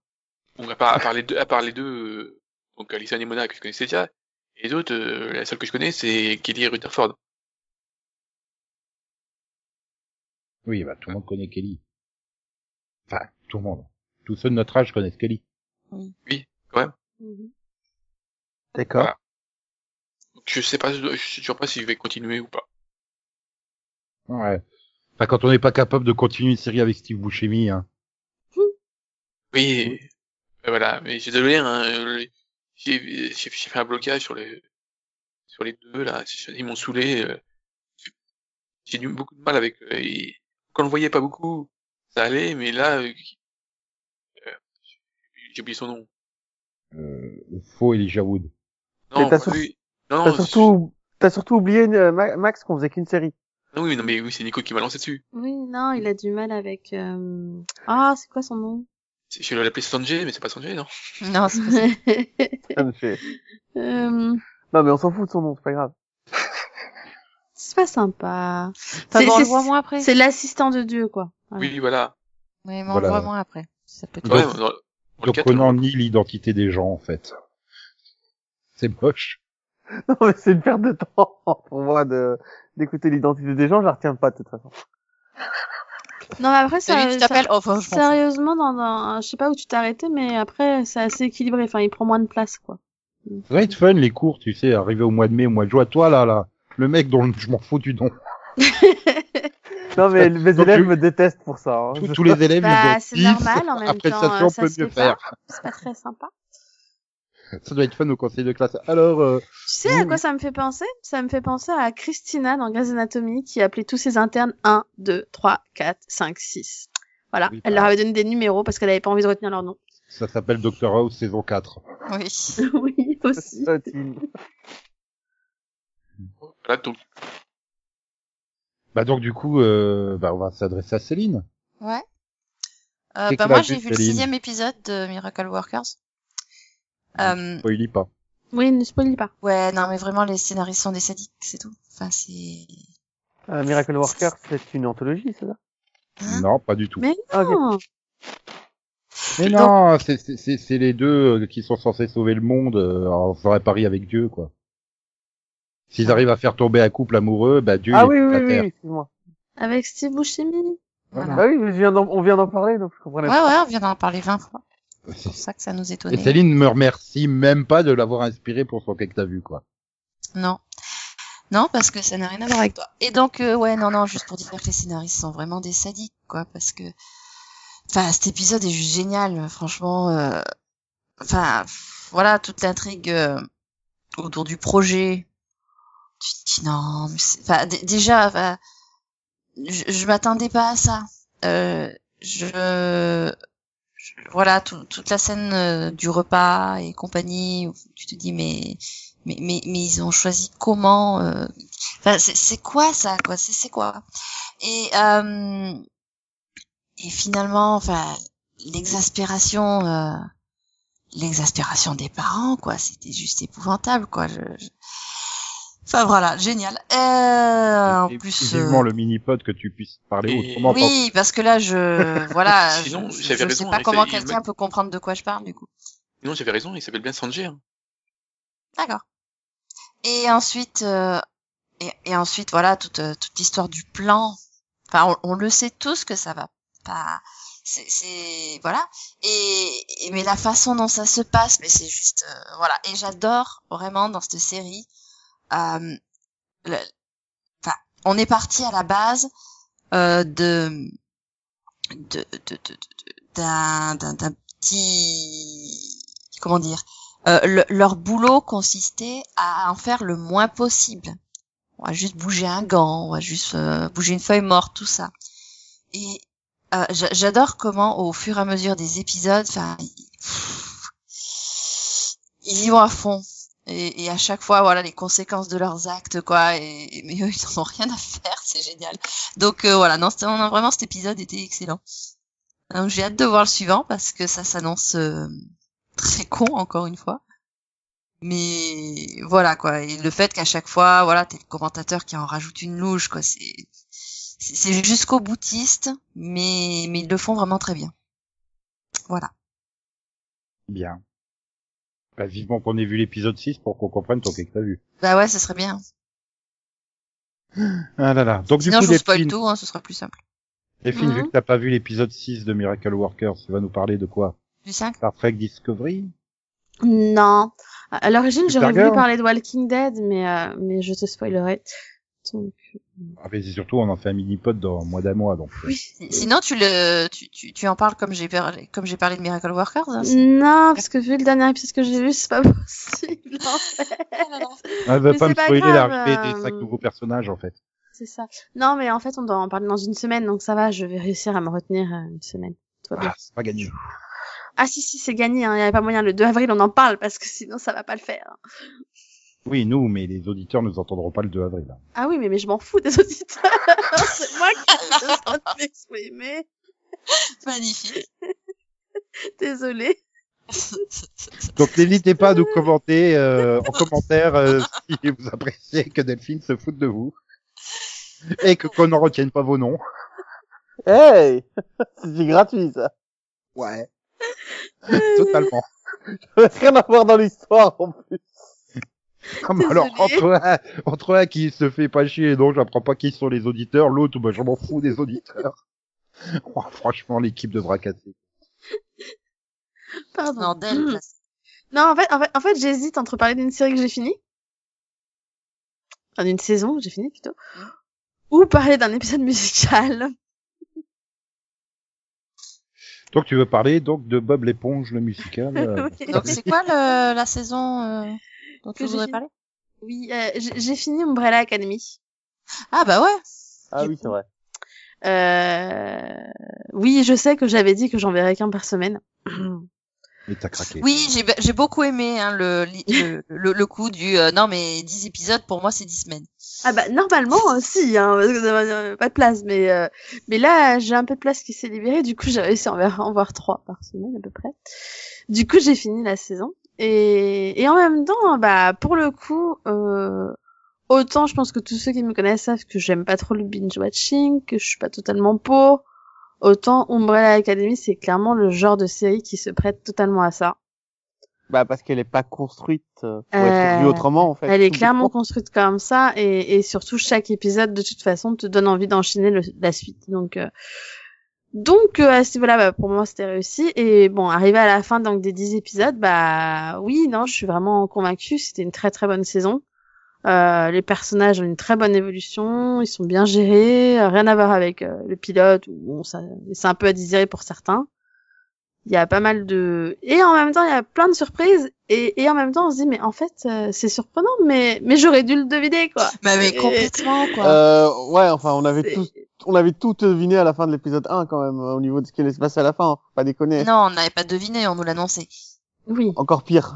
Speaker 4: Donc, à part, à part les deux, à part les deux, euh, donc Alison et Mona que je connaissais déjà, et les autres, euh, la seule que je connais, c'est Kelly Rutherford.
Speaker 2: Oui, bah tout le monde connaît Kelly. Enfin, tout le monde. Tous ceux de notre âge connaissent Kelly.
Speaker 3: Mhm.
Speaker 6: D'accord.
Speaker 4: Voilà. Donc, je sais pas, je suis sûr pas si je vais continuer ou pas.
Speaker 2: Ouais. Enfin, quand on n'est pas capable de continuer une série avec Steve Buscemi, hein.
Speaker 4: Oui, euh, voilà, mais j'ai désolé, hein, euh, les- j'ai j'ai- j'ai fait un blocage sur les, sur les deux, là, ils m'ont saoulé. euh, J'ai eu beaucoup de mal avec, euh, et quand on le voyait pas beaucoup, ça allait, mais là, euh, euh, j'ai oublié son nom.
Speaker 2: Euh, le faux Elijah Wood.
Speaker 4: Non,
Speaker 6: Mais t'as
Speaker 4: pas
Speaker 6: sur-
Speaker 4: lui. Non,
Speaker 6: T'as
Speaker 4: je-
Speaker 6: surtout, t'as surtout oublié euh, Ma- Max qu'on faisait qu'une série.
Speaker 4: non, oui, non, mais oui, c'est Nico qui m'a lancé dessus.
Speaker 3: Oui, non, il a du mal avec... euh, Ah, c'est quoi son nom
Speaker 4: C'est- Je vais l'appeler Sanjay, mais c'est pas Sanjay, non
Speaker 5: [LAUGHS] Non, c'est pas ça.
Speaker 6: Ça me fait-
Speaker 3: [LAUGHS] Euh,
Speaker 6: Non, mais on s'en fout de son nom, c'est pas grave.
Speaker 3: c'est pas sympa.
Speaker 5: Enfin,
Speaker 3: C'est-
Speaker 5: bon, on le
Speaker 3: c'est-
Speaker 5: voit moins après.
Speaker 3: C'est l'assistant de Dieu, quoi. Voilà.
Speaker 4: Oui, voilà.
Speaker 5: Oui, mais on
Speaker 2: Voilà.
Speaker 5: le voit moins après. Ça peut
Speaker 2: Donc,
Speaker 4: Ouais, dans- dans le
Speaker 2: donc
Speaker 4: quatre, hein.
Speaker 2: Conan nie l'identité des gens, en fait. C'est moche.
Speaker 6: [LAUGHS] Non, mais c'est une perte de temps [LAUGHS] pour moi de d'écouter l'identité des gens, je la retiens pas de toute façon.
Speaker 3: Non, mais après, ça,
Speaker 5: Celui qui
Speaker 3: ça-
Speaker 5: t'appelle, oh, enfin, je m'en fous.
Speaker 3: sérieusement, dans, dans, je sais pas où tu t'es arrêté, mais après, c'est assez équilibré. Enfin, il prend moins de place, quoi.
Speaker 2: Ça va être fun, les cours, tu sais, arriver au mois de mai, au mois de juin. Toi, là, là, le mec dont le- je m'en fous du nom.
Speaker 6: Non, [LAUGHS] mais mes
Speaker 2: Donc,
Speaker 6: élèves
Speaker 2: lui-
Speaker 6: me détestent pour ça. hein.
Speaker 2: Tous, tous les élèves, ils
Speaker 3: Bah,
Speaker 2: ont
Speaker 3: c'est
Speaker 2: dix, [LAUGHS]
Speaker 3: normal en même
Speaker 2: Eh, après
Speaker 3: temps.
Speaker 2: ça,
Speaker 3: euh,
Speaker 2: on
Speaker 3: ça
Speaker 2: peut
Speaker 3: se
Speaker 2: mieux
Speaker 3: fait pas.
Speaker 2: faire.
Speaker 3: C'est pas très sympa.
Speaker 2: Ça doit être fun au conseil de classe. Alors, euh,
Speaker 3: Tu sais à quoi ça me fait penser Ça me fait penser à Christina dans Grey's Anatomy qui appelait tous ses internes 1, 2, 3, 4, 5, 6. Voilà,
Speaker 2: Oui,
Speaker 3: elle
Speaker 2: bah.
Speaker 3: leur avait donné des numéros parce qu'elle avait pas envie de retenir leur nom. [LAUGHS]
Speaker 2: ça s'appelle Doctor House saison 4.
Speaker 5: Oui.
Speaker 3: oui,
Speaker 2: [LAUGHS]
Speaker 3: aussi.
Speaker 6: Sautine.
Speaker 4: Voilà, donc,
Speaker 2: Bah donc du coup, euh, bah, on va s'adresser à Céline.
Speaker 5: Ouais.
Speaker 2: Qu'est-ce
Speaker 5: Euh, bah,
Speaker 2: qu'elle
Speaker 5: moi,
Speaker 2: a
Speaker 5: j'ai
Speaker 2: vu,
Speaker 5: vu le
Speaker 2: Céline
Speaker 5: sixième épisode de Miracle Workers. Euh,
Speaker 2: Oh, il y pas.
Speaker 3: Oui, ne spoil pas.
Speaker 5: ouais, non, mais vraiment, les scénaristes sont des sadiques, c'est tout. Enfin, c'est...
Speaker 6: Euh, Miracle Worker, c'est une anthologie, c'est ça
Speaker 3: Hein
Speaker 6: Ah,
Speaker 2: non, pas du tout.
Speaker 3: Mais non
Speaker 2: Mais non, c'est- c'est c'est- c'est les deux euh, qui sont censés sauver le monde euh, en faisant un pari avec Dieu, quoi. S'ils arrivent à faire tomber un couple amoureux, bah Dieu il
Speaker 6: Ah
Speaker 2: est
Speaker 6: oui,
Speaker 2: sur
Speaker 6: oui,
Speaker 2: la
Speaker 6: oui,
Speaker 2: terre.
Speaker 6: oui, excuse-moi.
Speaker 3: Avec Steve Buscemi.
Speaker 5: Voilà.
Speaker 6: Bah oui, mais je viens d'en- on vient d'en parler, donc je comprenais
Speaker 5: Ouais,
Speaker 6: pas.
Speaker 5: ouais, on vient d'en parler 20 fois. C'est pour ça que ça nous
Speaker 2: Et
Speaker 5: étonnait.
Speaker 2: Céline me remercie même pas de l'avoir inspiré pour son que t'as vu, quoi.
Speaker 5: Non. Non, parce que ça n'a rien à voir avec toi. Et donc, euh, ouais, non, non, juste pour dire que les scénaristes sont vraiment des sadiques, quoi, parce que... Enfin, cet épisode est juste génial, franchement. euh, Enfin, pff, voilà, toute l'intrigue euh, autour du projet. Tu te dis, non, mais c'est- enfin, dé- déjà, enfin, je, je m'attendais pas à ça. Euh, je... je- Voilà, tout- toute la scène euh, du repas et compagnie, où tu te dis, mais mais, mais, mais ils ont choisi comment euh, enfin, c'est, c'est quoi ça quoi c'est, c'est quoi et euh, et finalement enfin l'exaspération euh, l'exaspération des parents quoi c'était juste épouvantable quoi je, je- enfin voilà génial euh, en
Speaker 2: Et
Speaker 5: plus
Speaker 2: vivement
Speaker 5: euh,
Speaker 2: le mini-pod que tu puisses parler
Speaker 4: et-
Speaker 2: autrement.
Speaker 5: oui parce que là je voilà
Speaker 4: [LAUGHS] Sinon,
Speaker 5: je,
Speaker 4: j'avais
Speaker 5: je
Speaker 4: raison,
Speaker 5: sais
Speaker 4: en
Speaker 5: pas
Speaker 4: effet,
Speaker 5: comment
Speaker 4: il
Speaker 5: quelqu'un
Speaker 4: me-
Speaker 5: peut comprendre de quoi je parle du coup
Speaker 4: non, j'avais raison, il s'appelle bien Sanjay. hein.
Speaker 5: D'accord. Et ensuite, euh, et, et ensuite, voilà, toute, euh, toute l'histoire du plan. Enfin, on, on le sait tous que ça va pas. C'est, c'est- voilà. Et, et- mais la façon dont ça se passe, mais c'est juste, euh, voilà. Et j'adore vraiment dans cette série. euh, le- enfin, on est parti à la base euh, de de- de- de- de- de- d'un d'un d'un petit comment dire euh, le- leur boulot consistait à en faire le moins possible on va juste bouger un gant on va juste euh, bouger une feuille morte tout ça et euh, j'a- j'adore comment au fur et à mesure des épisodes enfin ils- ils y vont à fond et, et à chaque fois voilà les conséquences de leurs actes quoi et, et- mais eux ils en ont rien à faire [LAUGHS] c'est génial donc euh, voilà, non, c'était- non, vraiment cet épisode était excellent. Donc j'ai hâte de voir le suivant parce que ça s'annonce euh, très con encore une fois. Mais voilà quoi, et le fait qu'à chaque fois, voilà, t'es le commentateur qui en rajoute une louche quoi, c'est c'est c'est jusqu'au boutiste, mais mais ils le font vraiment très bien. Voilà.
Speaker 2: Bien. Bah, vivement qu'on ait vu l'épisode 6 pour qu'on comprenne ton que t'as vu.
Speaker 5: Bah ouais, ça serait bien.
Speaker 2: Ah là là. Donc du
Speaker 5: Sinon je
Speaker 2: coup,
Speaker 5: vous
Speaker 2: les
Speaker 5: spoil
Speaker 2: films,
Speaker 5: tout, hein, ce sera plus simple.
Speaker 2: les films, vu
Speaker 3: Mhm.
Speaker 2: que t'as pas vu l'épisode 6 de Miracle Workers, tu vas nous parler de quoi
Speaker 5: Du 5
Speaker 2: Star Trek Discovery
Speaker 3: Non. À- À l'origine, j'aurais voulu
Speaker 2: Supergirl
Speaker 3: parler de Walking Dead, mais, euh, mais je te spoilerai. Donc,
Speaker 2: Ah, mais c'est surtout, on en fait un mini-pod dans moins d'un mois, donc. euh,
Speaker 3: oui.
Speaker 5: Sinon tu le tu, tu, tu en parles comme j'ai parlé comme j'ai parlé de Miracle Workers.
Speaker 2: Ah,
Speaker 5: hein, c'est-
Speaker 3: Non, parce que vu le dernier épisode que j'ai vu, c'est pas [LAUGHS] possible, en fait.
Speaker 2: euh, Elle veut
Speaker 3: Mais
Speaker 2: pas
Speaker 3: c'est
Speaker 2: me
Speaker 3: pas
Speaker 2: spoiler
Speaker 3: grave,
Speaker 2: l'arrivée
Speaker 3: euh,
Speaker 2: des cinq nouveaux personnages, en fait.
Speaker 3: C'est ça. Non, mais en fait, on doit en parler dans une semaine, donc ça va, je vais réussir à me retenir euh, une semaine. Tout va bien.
Speaker 2: Ah, c'est pas gagné.
Speaker 3: Ah si, si, c'est gagné, hein. il n'y avait pas moyen, le 2 avril, on en parle, parce que sinon, ça va pas le faire.
Speaker 2: Oui, nous, mais les auditeurs nous entendront pas le 2 avril. hein.
Speaker 3: Ah oui, mais, mais je m'en fous des auditeurs, [LAUGHS] c'est moi qui ai besoin de m'exprimer.
Speaker 5: Magnifique.
Speaker 3: Désolée.
Speaker 2: Donc n'hésitez pas à nous commenter euh, en commentaire euh, [LAUGHS] si vous appréciez que Delphine se foute de vous et que qu'on n'en retienne pas vos
Speaker 3: [LAUGHS]
Speaker 2: noms.
Speaker 6: Hey [LAUGHS] C'est gratuit, ça. [LAUGHS]
Speaker 2: Ouais. Totalement.
Speaker 6: Ça n'a rien à voir dans l'histoire, en plus.
Speaker 2: Ah, mais alors entre un, entre un qui se fait pas chier, donc j'apprends pas qui sont les auditeurs, l'autre bah je m'en fous des auditeurs. [LAUGHS] Oh, franchement l'équipe devra casser.
Speaker 3: [LAUGHS] Pardon.
Speaker 5: Non, d'elle,
Speaker 3: Mm.
Speaker 5: parce-
Speaker 3: Non, en fait, en fait, en fait j'hésite entre parler d'une série que j'ai finie, enfin d'une saison que j'ai finie plutôt, ou parler d'un épisode musical.
Speaker 2: Donc tu veux parler donc de Bob l'éponge le
Speaker 6: [LAUGHS]
Speaker 2: musical. euh,
Speaker 3: Oui.
Speaker 5: Donc c'est quoi le, la saison euh, dont
Speaker 3: Que
Speaker 5: tu
Speaker 3: j'ai
Speaker 5: voudrais
Speaker 3: fini.
Speaker 5: parler
Speaker 3: Oui, euh, j'ai j'ai fini Umbrella Academy.
Speaker 5: Ah bah ouais.
Speaker 6: Ah oui, c'est vrai.
Speaker 3: Euh... Oui, je sais que j'avais dit que j'en verrais qu'un par semaine.
Speaker 2: Mais t'as craqué.
Speaker 5: Oui, j'ai j'ai beaucoup aimé hein, le, li- le, le le coup du euh, non mais 10 épisodes pour moi c'est 10 semaines.
Speaker 3: Ah bah normalement euh, si, hein, parce que ça va, euh, pas de place, mais euh, mais là j'ai un peu de place qui s'est libérée, du coup j'ai réussi à en voir, en voir trois par semaine à peu près. Du coup j'ai fini la saison et et en même temps bah pour le coup euh, autant je pense que tous ceux qui me connaissent savent que j'aime pas trop le binge watching, que je suis pas totalement pour, autant Umbrella Academy c'est clairement le genre de série qui se prête totalement à ça.
Speaker 6: Bah, parce qu'elle est pas construite euh, pour
Speaker 3: Euh,
Speaker 6: être vue autrement, en fait.
Speaker 3: Elle est
Speaker 6: Tout
Speaker 3: clairement
Speaker 6: dépend.
Speaker 3: construite comme ça et, et surtout chaque épisode de toute façon te donne envie d'enchaîner le- la suite. Donc euh, donc euh, à ce niveau-là bah, pour moi c'était réussi et bon arrivé à la fin donc des 10 épisodes bah oui non je suis vraiment convaincue c'était une très très bonne saison. Euh, les personnages ont une très bonne évolution, ils sont bien gérés, euh, rien à voir avec euh, le pilote où bon, ça c'est un peu à désirer pour certains. Il y a pas mal de et en même temps il y a plein de surprises et, et en même temps on se dit mais en fait euh, c'est surprenant mais mais j'aurais dû le deviner quoi.
Speaker 5: Mais, Bah, mais
Speaker 3: Et-
Speaker 5: complètement quoi.
Speaker 6: Euh, ouais, enfin, on avait
Speaker 3: C'est-
Speaker 6: tous, on avait tout deviné à la fin de l'épisode 1, quand même, euh, au niveau de ce qui allait se passer à la fin. hein. Pas
Speaker 3: euh,
Speaker 6: déconner.
Speaker 5: Non, on n'avait pas deviné, on nous l'annonçait.
Speaker 3: Oui.
Speaker 6: Encore pire.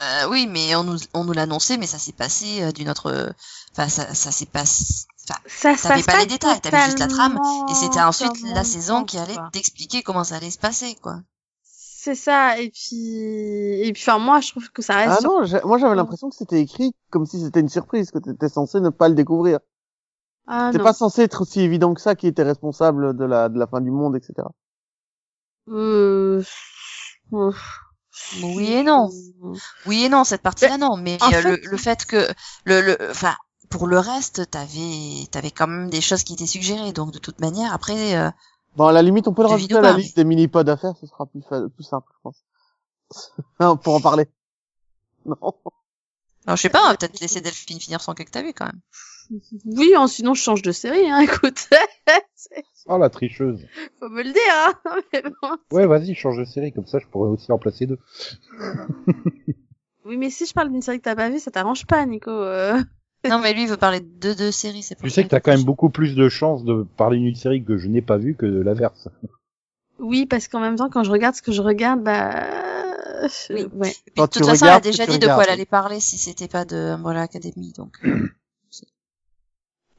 Speaker 5: Euh, oui, mais on nous on nous l'annonçait, mais ça s'est passé euh, d'une autre. Enfin, ça ça s'est passé. Enfin,
Speaker 3: Ça se
Speaker 5: t'avais
Speaker 3: passe
Speaker 5: pas les détails, t'avais juste la trame, et c'était ensuite
Speaker 3: totalement comme
Speaker 5: la
Speaker 3: on
Speaker 5: saison qui
Speaker 3: pense,
Speaker 5: allait
Speaker 3: Oh, quoi.
Speaker 5: t'expliquer comment ça allait se passer quoi.
Speaker 3: C'est ça et puis et puis enfin moi je trouve que ça reste
Speaker 6: ah
Speaker 3: sur-
Speaker 6: non, j'a- moi j'avais l'impression que c'était écrit comme si c'était une surprise, que t'étais censé ne pas le découvrir.
Speaker 3: Ah,
Speaker 6: C'est
Speaker 3: non.
Speaker 6: pas censé être aussi évident que ça qui était responsable de la, de la fin du monde, etc.
Speaker 3: Euh, euh,
Speaker 5: Oui et non. Oui et non, cette partie-là non, mais
Speaker 3: en
Speaker 5: euh, le,
Speaker 3: fait-
Speaker 5: le fait que le le enfin pour le reste, t'avais t'avais quand même des choses qui étaient suggérées, donc de toute manière après euh,
Speaker 6: Bon, à la limite, on peut le
Speaker 5: Jeux
Speaker 6: rajouter
Speaker 5: vidéo
Speaker 6: à la
Speaker 5: pas,
Speaker 6: liste des mini-pods à faire, ce sera plus, fa- plus simple, je pense. [LAUGHS] non, pour en parler. Non.
Speaker 5: alors, je sais pas, on va peut-être laisser Delphine finir son cas que t'as vu
Speaker 3: [LAUGHS]
Speaker 5: quand même.
Speaker 3: Oui, hein, sinon je change de série, hein, [LAUGHS] écoute. C'est-
Speaker 2: Oh la tricheuse.
Speaker 3: Faut me le dire, hein. [LAUGHS] mais bon.
Speaker 2: Ouais vas-y change de série comme ça je pourrais aussi en placer deux.
Speaker 3: Oui, mais si je parle d'une série que t'as pas vue, ça t'arrange pas, Nico. euh.
Speaker 5: Non mais lui il veut parler de deux séries, c'est pour
Speaker 2: Tu
Speaker 5: ça.
Speaker 2: sais que t'as quand même beaucoup plus de chances de parler d'une série que je n'ai pas vue que de l'inverse.
Speaker 3: Oui, parce qu'en même temps, quand je regarde ce que je regarde, bah. euh,
Speaker 5: Oui.
Speaker 3: Ouais.
Speaker 5: Et puis,
Speaker 6: Quand
Speaker 5: de
Speaker 6: tu
Speaker 5: toute façon, elle a
Speaker 6: regardes,
Speaker 5: déjà
Speaker 6: tu
Speaker 5: dit de quoi
Speaker 6: regardes.
Speaker 5: elle allait parler si c'était pas de Umbrella Academy, donc.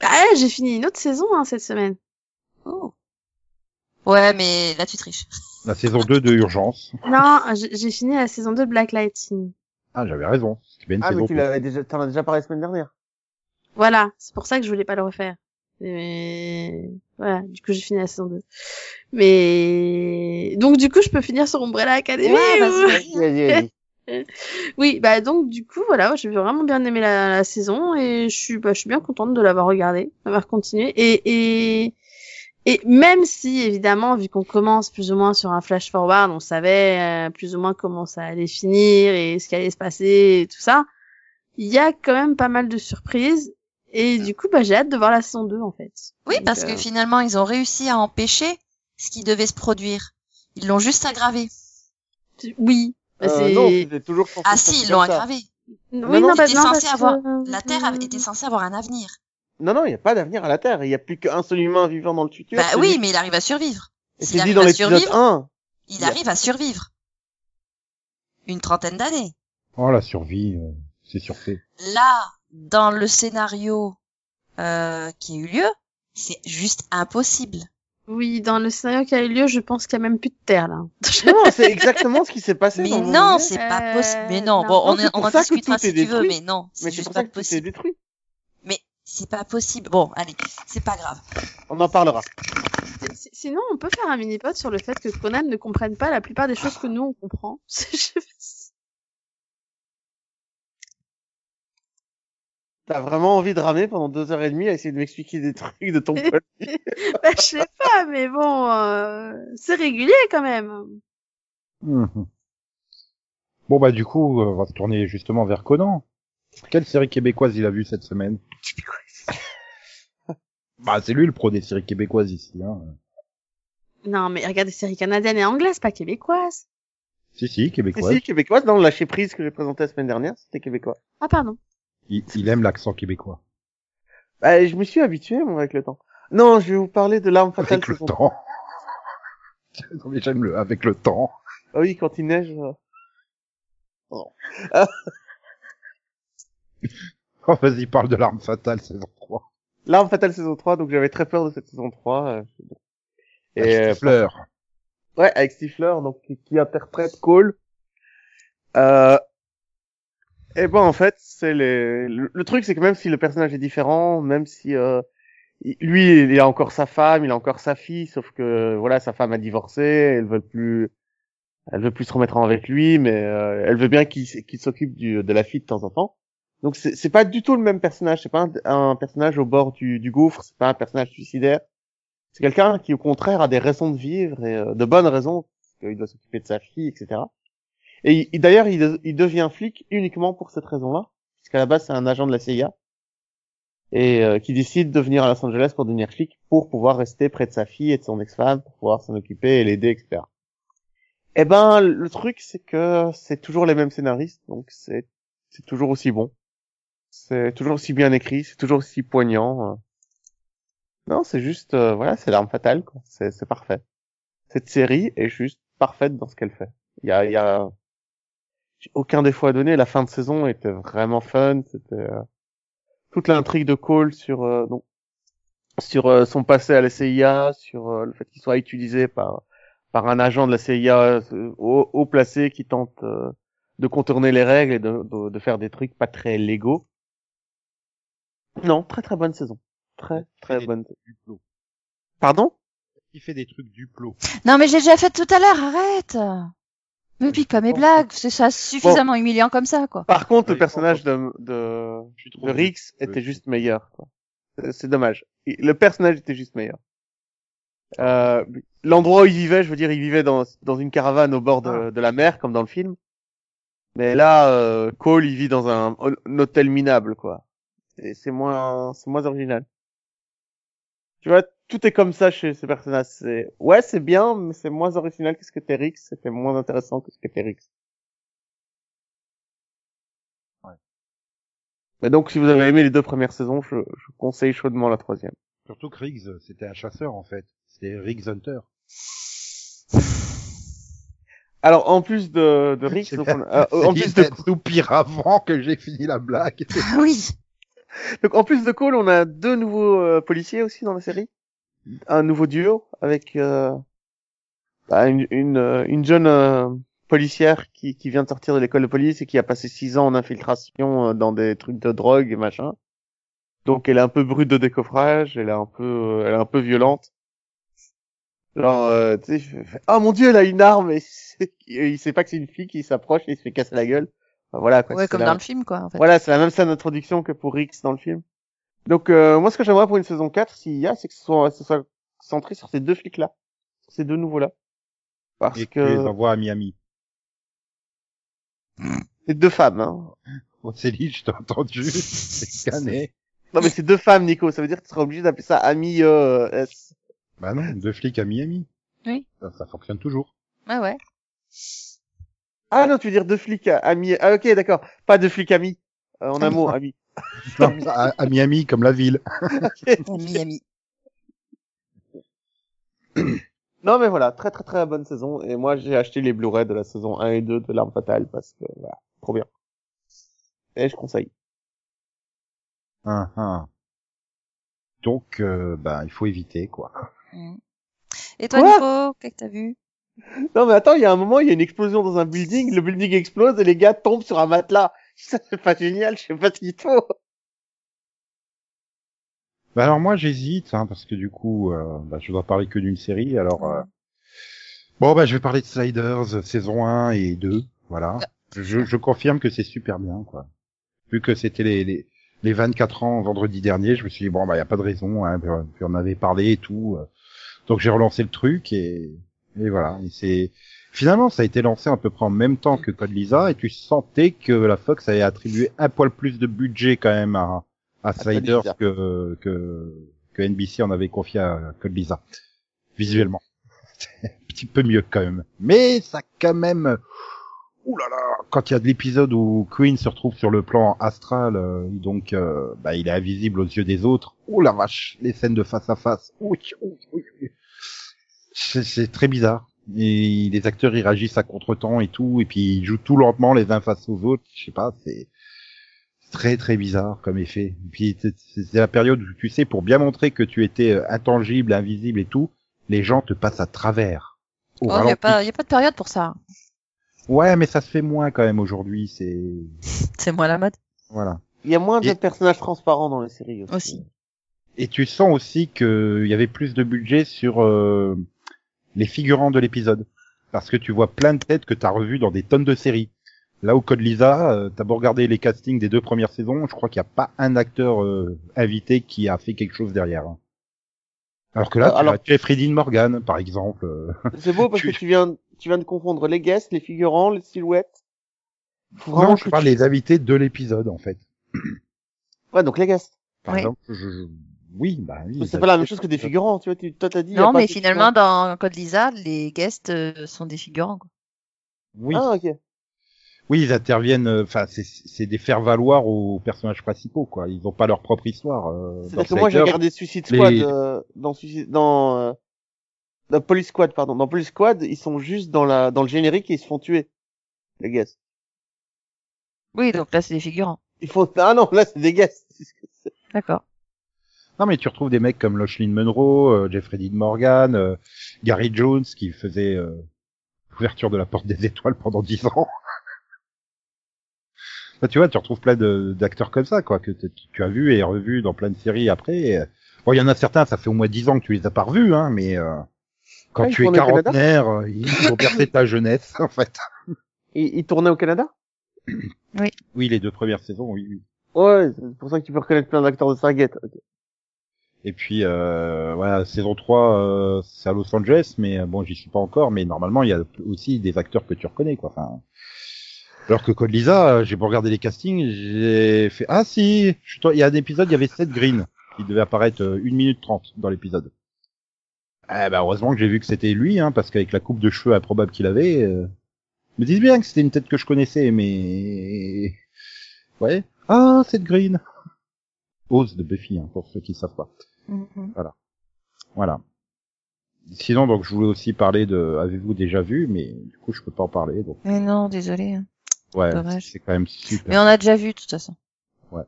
Speaker 3: Ah, j'ai fini une autre saison hein, cette semaine.
Speaker 5: Oh. Ouais, mais là tu triches.
Speaker 2: La saison 2 de Urgence.
Speaker 3: Non, j'ai j'ai fini la saison 2 de Black Lightning.
Speaker 2: Ah j'avais raison. C'est bien une
Speaker 6: Ah, mais
Speaker 2: saison
Speaker 6: tu
Speaker 2: courte.
Speaker 6: l'avais déjà, t'en as déjà parlé la
Speaker 5: [LAUGHS]
Speaker 6: semaine dernière.
Speaker 3: Voilà, c'est pour ça que je voulais pas le refaire. Mais voilà, du coup j'ai fini la saison 2. Mais donc du coup je peux finir sur Umbrella Academy. ou-
Speaker 5: Ouais, vas-y, vas-y. hein.
Speaker 6: Vas-y,
Speaker 5: [LAUGHS]
Speaker 6: vas-y.
Speaker 3: Oui, bah donc du coup voilà, j'ai vraiment bien aimé la, la saison et je suis bah, je suis bien contente de l'avoir regardée, d'avoir continué et et et même si évidemment vu qu'on commence plus ou moins sur un flash forward, on savait euh, plus ou moins comment ça allait finir et ce qui allait se passer et tout ça, il y a quand même pas mal de surprises et du coup bah j'ai hâte de voir la saison 2 en fait.
Speaker 5: Oui,
Speaker 3: Donc,
Speaker 5: parce
Speaker 3: euh,
Speaker 5: que finalement, ils ont réussi à empêcher ce qui devait se produire. Ils l'ont juste aggravé.
Speaker 3: tu- oui, bah,
Speaker 6: Euh,
Speaker 3: c'est
Speaker 6: non, c'était toujours censé
Speaker 5: Ah
Speaker 6: se
Speaker 5: si,
Speaker 6: passer
Speaker 5: ils l'ont
Speaker 6: comme ça.
Speaker 5: aggravé.
Speaker 3: Oui,
Speaker 6: non,
Speaker 3: non, bah,
Speaker 5: c'était
Speaker 3: non,
Speaker 5: censé
Speaker 3: parce que- euh,
Speaker 5: avoir- La Terre avait-
Speaker 6: Mhm.
Speaker 5: était censée avoir un avenir.
Speaker 6: Non, non, il n'y a pas d'avenir à la Terre. Il n'y a plus qu'un seul humain vivant dans le futur.
Speaker 5: Bah
Speaker 6: c'est
Speaker 5: oui,
Speaker 6: lui.
Speaker 5: mais il arrive à survivre.
Speaker 6: Et
Speaker 5: S'il
Speaker 6: c'est dit
Speaker 5: arrive
Speaker 6: dans
Speaker 5: à
Speaker 6: l'épisode
Speaker 5: survivre,
Speaker 6: 1.
Speaker 5: il
Speaker 6: Yeah.
Speaker 5: arrive à survivre. Une trentaine d'années.
Speaker 2: Oh la survie euh, c'est surfait.
Speaker 5: Là, dans le scénario euh, qui a eu lieu, c'est juste impossible.
Speaker 3: Oui, dans le scénario qui a eu lieu, je pense qu'il y a même plus de terre là.
Speaker 6: Non, c'est exactement ce qui s'est passé.
Speaker 5: Mais
Speaker 6: dans mon
Speaker 5: non,
Speaker 6: univers.
Speaker 5: c'est pas possible. Mais Euh, non, bon, on,
Speaker 6: c'est
Speaker 5: est- on
Speaker 6: pour
Speaker 5: en
Speaker 6: ça que
Speaker 5: discutera
Speaker 6: tout est
Speaker 5: si tu veux,
Speaker 6: détruit.
Speaker 5: mais non,
Speaker 6: Mais
Speaker 5: c'est
Speaker 6: c'est
Speaker 5: juste
Speaker 6: pour ça
Speaker 5: pas
Speaker 6: que tout est
Speaker 5: possible.
Speaker 6: détruit.
Speaker 5: Mais c'est pas possible. Bon, allez, c'est pas grave.
Speaker 6: On en parlera.
Speaker 3: Si- Sinon, on peut faire un mini-pod sur le fait que Conan ne comprenne pas la plupart des choses que nous on comprend. [LAUGHS] Je-
Speaker 6: T'as vraiment envie de ramer pendant deux heures et demie à essayer de m'expliquer des trucs
Speaker 5: [LAUGHS]
Speaker 6: de ton pote.
Speaker 3: bah, je sais pas, mais bon, euh, c'est régulier quand même.
Speaker 2: Mhm. Bon bah du coup, on va se tourner justement vers Conan. Quelle série québécoise il a vue cette semaine
Speaker 6: [LAUGHS]
Speaker 2: Bah c'est lui le pro des séries québécoises ici. Hein.
Speaker 3: Non, mais regarde des séries canadiennes et anglaises, pas québécoises.
Speaker 2: Si si,
Speaker 6: Si,
Speaker 2: québécoise.
Speaker 6: si, québécoise, non, le lâcher prise que j'ai présenté la semaine dernière, c'était québécois.
Speaker 3: Ah, pardon.
Speaker 2: Il, il aime l'accent québécois.
Speaker 6: Bah, je me suis habitué, moi, avec le temps. Non, je vais vous parler de l'arme fatale. Avec le
Speaker 2: temps. [LAUGHS] Non, mais j'aime le avec le temps.
Speaker 6: Ah oui, quand il neige. euh. Oh.
Speaker 2: Oh, vas-y, parle de l'arme fatale saison 3.
Speaker 6: L'arme fatale saison 3, donc j'avais très peur de cette saison 3. euh, Et euh,
Speaker 2: Avec Stifler.
Speaker 6: Ouais, avec Stifler, donc qui, qui interprète Cole. Euh... Et ben en fait, c'est les... le, le truc, c'est que même si le personnage est différent, même si euh, il- lui, il a encore sa femme, il a encore sa fille, sauf que voilà, sa femme a divorcé, elle veut plus, elle veut plus se remettre en avec lui, mais euh, elle veut bien qu'il s- qu'il s'occupe du- de la fille de temps en temps. Donc c'est c'est pas du tout le même personnage, c'est pas un, un personnage au bord du, du gouffre, c'est pas un personnage suicidaire. C'est quelqu'un qui, au contraire, a des raisons de vivre et euh, de bonnes raisons. parce qu'il doit s'occuper de sa fille, etc. Et il- il- d'ailleurs, il, de- il devient flic uniquement pour cette raison-là, parce qu'à la base, c'est un agent de la CIA et euh, qui décide de venir à Los Angeles pour devenir flic pour pouvoir rester près de sa fille et de son ex-femme pour pouvoir s'en occuper et l'aider, etc. Eh ben, le truc, c'est que c'est toujours les mêmes scénaristes, donc c'est c'est toujours aussi bon, c'est toujours aussi bien écrit, c'est toujours aussi poignant. euh. Non, c'est juste, euh, voilà, c'est l'arme fatale, quoi. C'est, c'est parfait. Cette série est juste parfaite dans ce qu'elle fait. Il y a, il y a j'ai aucun défaut à donner. La fin de saison était vraiment fun. C'était euh, toute l'intrigue de Cole sur euh, non, sur euh, son passé à la CIA, sur euh, le fait qu'il soit utilisé par par un agent de la CIA euh, haut, haut placé qui tente euh, de contourner les règles et de, de, de faire des trucs pas très légaux. Non, très très bonne saison. Très très bonne. Pardon
Speaker 2: Il fait des trucs du plot.
Speaker 5: Non, mais j'ai déjà fait tout à l'heure, arrête. Me pique pas mes blagues, c'est ça suffisamment humiliant comme ça, quoi.
Speaker 6: Par contre, le personnage de, de, de Rix était juste meilleur. quoi. C'est- C'est dommage. Il- Le personnage était juste meilleur. Euh, L'endroit où il vivait, je veux dire, il vivait dans, dans une caravane au bord de, de la mer, comme dans le film. Mais là, euh, Cole, il vit dans un, un hôtel minable, quoi. Et c'est moins, c'est moins original. Tu vois, tout est comme ça chez ces personnages. C'est, ouais, c'est bien, mais c'est moins original que ce que Terix. C'était moins intéressant que ce que Terix. Mais donc, si vous avez aimé les deux premières saisons, je, je conseille chaudement la troisième.
Speaker 2: Surtout que Riggs, c'était un chasseur en fait. C'était Riggs Hunter.
Speaker 6: Alors, en plus de, de Rix, donc on a-
Speaker 2: [LAUGHS]
Speaker 6: euh, en plus de
Speaker 2: soupir avant que j'ai fini la blague.
Speaker 5: Ah oui.
Speaker 6: Donc en plus de Cole, on a deux nouveaux euh, policiers aussi dans la série. Un nouveau duo avec euh, bah, une, une, euh, une jeune euh, policière qui, qui vient de sortir de l'école de police et qui a passé six ans en infiltration euh, dans des trucs de drogue et machin. Donc elle est un peu brute de décoffrage, elle est un peu, euh, elle est un peu violente. Genre, euh, tu sais, je fais, oh mon dieu, elle a une arme et il sait pas que c'est une fille qui s'approche et il se fait casser la gueule. Enfin, voilà. Quoi,
Speaker 5: Ouais,
Speaker 6: c'est
Speaker 5: comme
Speaker 6: la-
Speaker 5: dans le film, quoi, en fait.
Speaker 6: Voilà, c'est la même scène d'introduction que pour Rix dans le film. Donc euh, moi, ce que j'aimerais pour une saison 4, s'il y a, c'est que ce soit, ce soit centré sur ces deux flics-là, sur ces deux nouveaux-là. Parce
Speaker 2: Et que... les
Speaker 6: que
Speaker 2: envoie à Miami.
Speaker 6: c'est deux femmes. Hein.
Speaker 2: Oh, Céline, je t'ai entendu. C'est scanné.
Speaker 6: Non, mais c'est deux femmes, Nico. Ça veut dire que tu seras obligé d'appeler ça Ami euh, S.
Speaker 2: Bah non, deux flics à Miami.
Speaker 5: Oui.
Speaker 2: Ça, ça fonctionne toujours. [LAUGHS]
Speaker 5: Ouais, [LAUGHS] ouais.
Speaker 6: Ah non, tu veux dire deux flics à- Ami. Ah ok, d'accord. Pas deux flics amis. Euh, en un mot, Ami.
Speaker 2: Non, à, à Miami comme la ville.
Speaker 5: Miami.
Speaker 6: Non mais voilà, très très très bonne saison et moi j'ai acheté les Blu-ray de la saison 1 et 2 de L'Arme Fatale parce que voilà, trop bien. Et je conseille.
Speaker 2: Uh-huh. Hein, hein. Donc, euh, bah, il faut éviter quoi.
Speaker 5: Et toi,
Speaker 6: Quoi
Speaker 5: Nico, qu'est-ce que t'as vu
Speaker 6: Non mais attends, il y a un moment, il y a une explosion dans un building, le building explose et les gars tombent sur un matelas. [LAUGHS] Ça, C'est pas génial, je sais pas ce qu'il faut.
Speaker 2: Bah alors moi j'hésite hein, parce que du coup euh, bah, je dois parler que d'une série alors euh, bon bah je vais parler de Sliders euh, saison 1 et 2 voilà je, je confirme que c'est super bien quoi vu que c'était les, les les 24 ans vendredi dernier je me suis dit bon bah y a pas de raison hein, puis, on- puis on avait parlé et tout euh. donc j'ai relancé le truc et et voilà et c'est finalement ça a été lancé à peu près en même temps que Code Lisa et tu sentais que la Fox avait attribué un poil plus de budget quand même à à Sliders
Speaker 6: Lisa.
Speaker 2: que, que, que NBC en avait confié à Code Lisa. Visuellement. [LAUGHS] C'est un petit peu mieux quand même. Mais ça quand même, ouh là là, quand il y a de l'épisode où Queen se retrouve sur le plan astral, euh, donc, euh, bah, il est invisible aux yeux des autres. Ouh la vache, les scènes de face à face. Ouh, ouh, ouh, ouh. C'est- C'est très bizarre. Et les acteurs, ils réagissent à contre-temps et tout, et puis ils jouent tout lentement les uns face aux autres. Je sais pas, c'est, très très bizarre comme effet. Et puis c'est- c'est c'est la période où tu sais pour bien montrer que tu étais euh, intangible, invisible et tout, les gens te passent à travers. Au
Speaker 5: Oh, y
Speaker 2: ralenti.
Speaker 5: a pas, y a pas de période pour ça.
Speaker 2: Ouais, mais ça se fait moins quand même aujourd'hui, c'est
Speaker 5: C'est moi la mode.
Speaker 2: voilà.
Speaker 6: Il y a moins de
Speaker 2: Et-
Speaker 6: personnages transparents dans les séries aussi.
Speaker 5: Aussi.
Speaker 2: Et tu sens aussi que il y avait plus de budget sur euh, les figurants de l'épisode parce que tu vois plein de têtes que t'as revues dans des tonnes de séries. Là où Code Lisa, euh, t'as beau regarder les castings des deux premières saisons, je crois qu'il n'y a pas un acteur euh, invité qui a fait quelque chose derrière. hein. Alors que là,
Speaker 6: Euh,
Speaker 2: tu
Speaker 6: alors-
Speaker 2: as Jeffrey Dean Morgan, par exemple. euh.
Speaker 6: C'est beau parce que tu viens, tu viens de confondre les guests, les figurants, les silhouettes. Faut vraiment
Speaker 2: non,
Speaker 6: que
Speaker 2: je parle des invités de l'épisode, en fait.
Speaker 6: tu- Ouais, donc les guests.
Speaker 2: Par
Speaker 5: Oui.
Speaker 2: exemple, je, je- oui, bah oui.
Speaker 6: Mais c'est
Speaker 2: ça-
Speaker 6: pas la même chose que des figurants, tu vois, tu, toi t'as dit. y a
Speaker 5: Non,
Speaker 6: pas
Speaker 5: mais
Speaker 6: de
Speaker 5: finalement, dans Code Lisa, les guests euh, sont des figurants. Quoi.
Speaker 2: Oui,
Speaker 6: Ah, ok.
Speaker 2: oui, ils interviennent. euh, Enfin, c'est- c'est des faire valoir aux personnages principaux, quoi. Ils n'ont pas leur propre histoire. euh, dans
Speaker 6: C'est-à-dire que moi j'ai
Speaker 2: Sliders.
Speaker 6: regardé Suicide
Speaker 2: les-
Speaker 6: Squad euh, dans Suicide, dans, euh, dans Police Squad pardon, dans Police Squad ils sont juste dans la dans le générique et ils se font tuer les guests.
Speaker 5: Oui, donc là, c'est des figurants.
Speaker 6: Ils font ah non là c'est des guests.
Speaker 5: D'accord.
Speaker 2: Non, mais tu retrouves des mecs comme Lochlin Munro, euh, Jeffrey Dean Morgan, euh, Gary Jones qui faisait euh, l'ouverture de la porte des étoiles pendant 10 ans. [LAUGHS] Bah, tu vois, tu retrouves plein de- d'acteurs comme ça, quoi, que t- tu as vu et revu dans plein de séries après. euh. Bon, il y en a certains, ça fait au moins 10 ans que tu les as pas revus, hein, mais euh, quand
Speaker 6: Ah, ils
Speaker 2: tu es
Speaker 6: tournent au Canada
Speaker 2: quarantenaire, euh, ils ont percé ta jeunesse, [LAUGHS] en fait.
Speaker 6: [LAUGHS] Ils, ils tournaient au Canada.
Speaker 2: Oui, les deux premières saisons, oui, oui.
Speaker 6: Ouais c'est pour ça que tu peux reconnaître plein d'acteurs de Stargate. ok.
Speaker 2: Et puis, euh, voilà, saison 3, euh, c'est à Los Angeles, mais euh, bon, j'y suis pas encore, mais normalement, il y a aussi des acteurs que tu reconnais, quoi. Enfin, alors que Code Lisa, euh, j'ai beau regarder les castings, j'ai fait, ah si, je suis tombé- il y a un épisode, il y avait Seth Green, qui devait apparaître euh, 1 minute 30 dans l'épisode. Eh ben, heureusement que j'ai vu que c'était lui, hein, parce qu'avec la coupe de cheveux improbable qu'il avait, euh, ils me disent bien que c'était une tête que je connaissais, mais... Ouais. Ah, Seth Green. Ose de Buffy, hein, pour ceux qui savent pas.
Speaker 5: Mhm.
Speaker 2: Voilà. Sinon, donc, je voulais aussi parler de avez-vous déjà vu, mais du coup, je peux pas en parler, donc,
Speaker 5: Mais non, désolé. hein.
Speaker 2: ouais,
Speaker 5: Dommage.
Speaker 2: c'est quand même
Speaker 5: Mais
Speaker 2: super,
Speaker 5: on a déjà vu, de toute façon.
Speaker 2: mais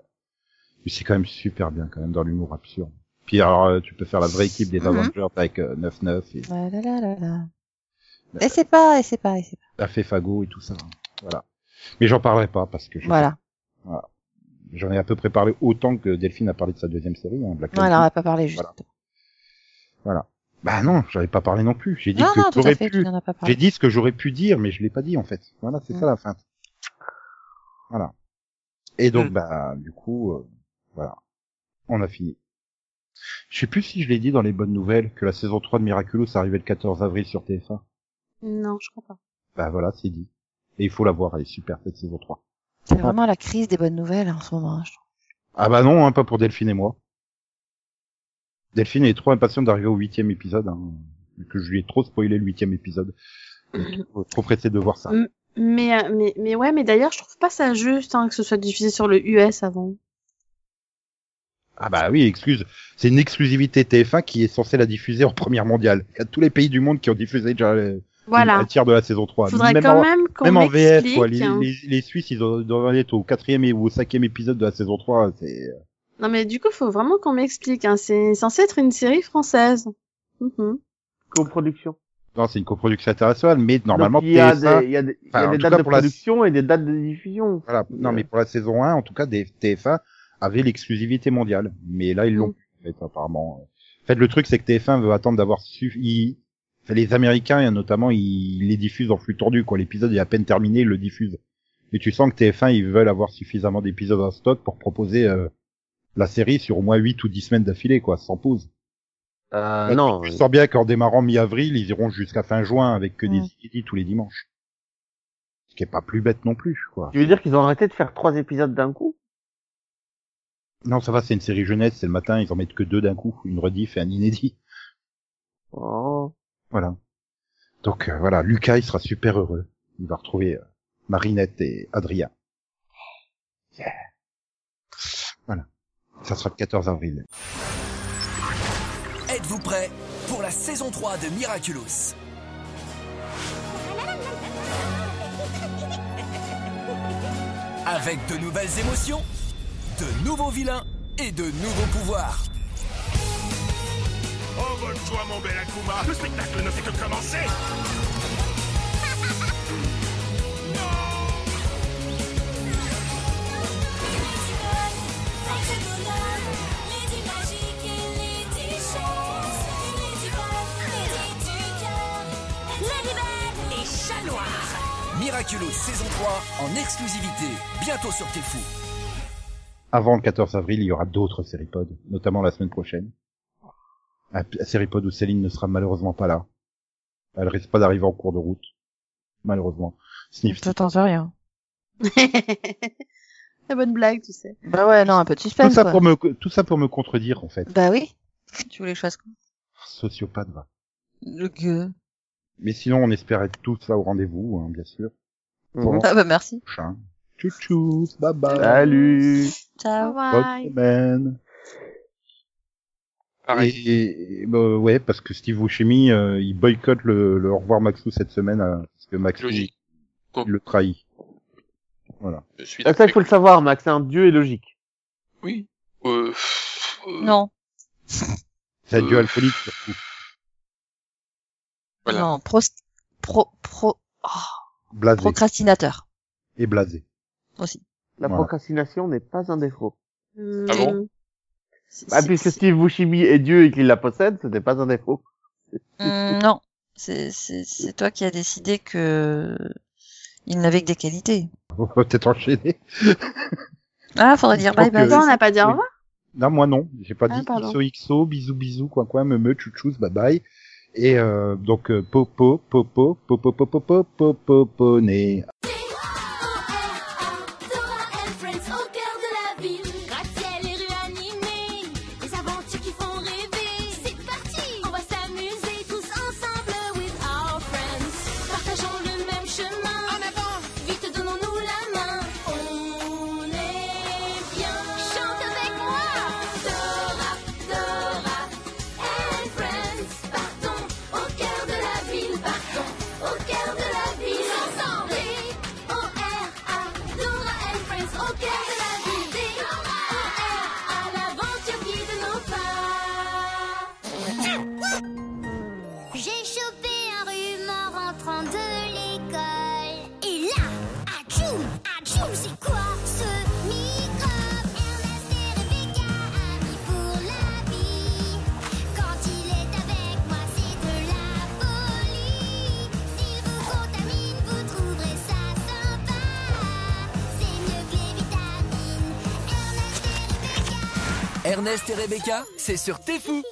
Speaker 2: c'est quand même super bien, quand même, dans l'humour absurde. Puis alors, euh, tu peux faire la vraie équipe des
Speaker 5: Mhm.
Speaker 2: Avengers avec euh, 9-9 et
Speaker 5: La la la la la.
Speaker 2: Bah,
Speaker 5: Essaie pas, essaie pas, essaie pas.
Speaker 2: la fée Fago et tout ça. hein. Voilà. Mais j'en parlerai pas parce que je-
Speaker 5: Voilà.
Speaker 2: j'en ai à peu près parlé autant que Delphine a parlé de sa deuxième série, hein, Black
Speaker 5: Voilà, on
Speaker 2: Lightning.
Speaker 5: va pas parler juste.
Speaker 2: Voilà. Bah non, j'avais pas parlé non plus. J'ai dit
Speaker 5: Non,
Speaker 2: que
Speaker 5: non, tout à
Speaker 2: j'aurais
Speaker 5: fait,
Speaker 2: pu,
Speaker 5: tu n'en as pas
Speaker 2: J'ai
Speaker 5: parlé.
Speaker 2: dit ce que j'aurais pu dire, mais je l'ai pas dit en fait. Voilà, c'est
Speaker 5: Ah. Mm.
Speaker 2: ça la fin. Voilà. Et donc,
Speaker 4: Mm.
Speaker 2: bah, du coup, euh, voilà, on a fini. Je sais plus si je l'ai dit dans les bonnes nouvelles que la saison 3 de Miraculous arrivait le 14 avril sur TF1.
Speaker 3: Non, je crois pas.
Speaker 2: Bah voilà, c'est dit. Et il faut la voir, elle est super cette saison 3.
Speaker 5: C'est vraiment la crise des bonnes nouvelles en ce moment. hein, je trouve.
Speaker 2: Ah bah non, hein, pas pour Delphine et moi. Delphine est trop impatiente d'arriver au huitième épisode, hein, vu que je lui ai trop spoilé le huitième épisode. Elle est trop- trop pressée de voir ça.
Speaker 3: Mm. Mais, euh, mais, mais ouais, mais d'ailleurs, je trouve pas ça juste hein, que ce soit diffusé sur le US avant.
Speaker 2: Ah bah oui, excuse. C'est une exclusivité TF1 qui est censée la diffuser en première mondiale. Il y a tous les pays du monde qui ont diffusé déjà euh,
Speaker 3: Voilà.
Speaker 2: un tiers de la saison 3.
Speaker 3: Faudrait
Speaker 2: même
Speaker 3: quand
Speaker 2: en,
Speaker 3: même qu'on
Speaker 2: même en VF,
Speaker 3: m'explique,
Speaker 2: quoi. Les,
Speaker 3: hein.
Speaker 2: les, les Suisses, ils doivent- doivent être au quatrième et- ou au cinquième épisode de la saison 3. C'est... euh, [LAUGHS]
Speaker 3: Non mais du coup, faut vraiment qu'on m'explique. Hein. C'est censé être une série française. Mhm.
Speaker 6: coproduction.
Speaker 2: Non, c'est une coproduction internationale, mais normalement,
Speaker 6: Donc, il y a
Speaker 2: TF1
Speaker 6: des, il y a des, il y a
Speaker 2: enfin, en
Speaker 6: des
Speaker 2: tout
Speaker 6: dates
Speaker 2: cas
Speaker 6: de
Speaker 2: pour la-
Speaker 6: production et des dates de diffusion.
Speaker 2: Voilà. Non, mais pour la saison 1, en tout cas, des- TF1 avait l'exclusivité mondiale. Mais là, ils l'ont plus, en fait, apparemment. En fait, le truc, c'est que TF1 veut attendre d'avoir su... ils- enfin, les Américains, notamment, ils ils les diffusent en flux tordu, quoi. L'épisode est à peine terminé, ils le diffusent. Et tu sens que TF1, ils veulent avoir suffisamment d'épisodes en stock pour proposer euh, la série sur au moins 8 ou 10 semaines d'affilée, quoi, sans pause.
Speaker 6: Euh,
Speaker 2: Parce
Speaker 6: non.
Speaker 2: que Tu sens bien qu'en démarrant mi-avril, ils iront jusqu'à fin juin avec que
Speaker 6: Mm.
Speaker 2: des inédits tous les dimanches. Ce qui est pas plus bête non plus, quoi.
Speaker 6: Tu veux dire qu'ils ont arrêté de faire trois épisodes d'un coup?
Speaker 2: Non, ça va, c'est une série jeunesse, c'est le matin, ils en mettent que deux d'un coup, une rediff et un inédit. [LAUGHS]
Speaker 6: Oh.
Speaker 2: Voilà. Donc euh, voilà, Lucas, il sera super heureux. Il va retrouver euh, Marinette et Adrien. Yeah. Voilà. Ça sera le 14 avril.
Speaker 12: Êtes-vous prêts pour la saison 3 de Miraculous Avec de nouvelles émotions, de nouveaux vilains et de nouveaux pouvoirs.
Speaker 13: Envole-toi, mon bel Akuma. Le spectacle ne fait que commencer.
Speaker 12: et Chat Noir. Miraculous saison 3 en exclusivité, bientôt sur Téfou.
Speaker 2: Avant le 14 avril, il y aura d'autres séries-pods, notamment la semaine prochaine. Un p- un série-pod où Céline ne sera malheureusement pas là. Elle risque pas d'arriver en cours de route. Malheureusement. Sniff.
Speaker 5: T'entends rien.
Speaker 3: La bonne blague, tu sais.
Speaker 5: Bah ouais, non, un peu de
Speaker 2: Tout
Speaker 5: suspense,
Speaker 2: ça,
Speaker 5: quoi.
Speaker 2: pour me, tout ça pour me contredire, en fait.
Speaker 5: Bah oui. Tu voulais que je fasse quoi
Speaker 2: Sociopathe, va.
Speaker 5: Le gueux.
Speaker 2: Mais sinon, on espère être tous là au rendez-vous, hein, bien sûr. Pour
Speaker 5: Ah bah merci.
Speaker 2: prochain. Tchou bye bye.
Speaker 6: Salut.
Speaker 5: Ciao.
Speaker 2: Bonne semaine. Et, et- bah, ouais, parce que Steve Buscemi, euh, il boycotte le, le Au revoir Maxou cette semaine, euh, parce que Maxou, il le trahit. Voilà.
Speaker 4: Je suis
Speaker 6: C'est Ah, ça qu'il faut le savoir, Max. hein, Dieu est logique.
Speaker 4: Oui. Euh, pff, euh,
Speaker 5: Non.
Speaker 2: C'est un dieu alcoolique, surtout.
Speaker 5: Non, pros... pro... pro... oh,
Speaker 2: Blasé. [LAUGHS]
Speaker 5: procrastinateur.
Speaker 2: Et blasé.
Speaker 5: Aussi.
Speaker 6: La
Speaker 2: Voilà.
Speaker 6: procrastination n'est pas un défaut.
Speaker 4: Ah
Speaker 3: Hmm,
Speaker 4: bon
Speaker 6: Bah, puisque Steve Buscemi est Dieu et qu'il la possède, ce n'est pas un défaut.
Speaker 5: Hum, non. C'est, c'est, c'est toi qui as décidé que il n'avait que des qualités.
Speaker 2: On va peut-être enchaîner.
Speaker 5: Ah, faudrait dire bye bye.
Speaker 3: Attends, on n'a pas dit au
Speaker 2: Oui.
Speaker 3: revoir
Speaker 2: Non, moi non. J'ai pas
Speaker 3: Ah,
Speaker 2: dit
Speaker 3: pardon.
Speaker 2: XOXO, bisous bisous, coin coin, me me, chouchous, bye bye. Et euh, donc, euh, popo, popo, popo, popo, popo, popo, poné.
Speaker 7: Friends au cœur de la ville, gratte-ciel et rues animées, des aventures qui font rêver. C'est parti, on va s'amuser tous ensemble with our friends. Partageons le même chemin, en avant, vite donnons-nous la main. On est bien, chante avec moi. Dora, Dora and friends, partons au cœur de la ville, partons au cœur de la ville ensemble. D-O-R-A, Dora and Friends au cœur de la ville. D-O-R-A, l'aventure guide nos pas. J'ai chopé un rhume en rentrant de l'école. Et là, atchoum, atchoum, c'est quoi ce microbe Ernest et Rebecca, amis pour la vie. Quand il est avec moi, c'est de la folie. S'il vous contamine, vous trouverez ça sympa. C'est mieux que les vitamines.
Speaker 12: Ernest et Rebecca, c'est sur Téfou.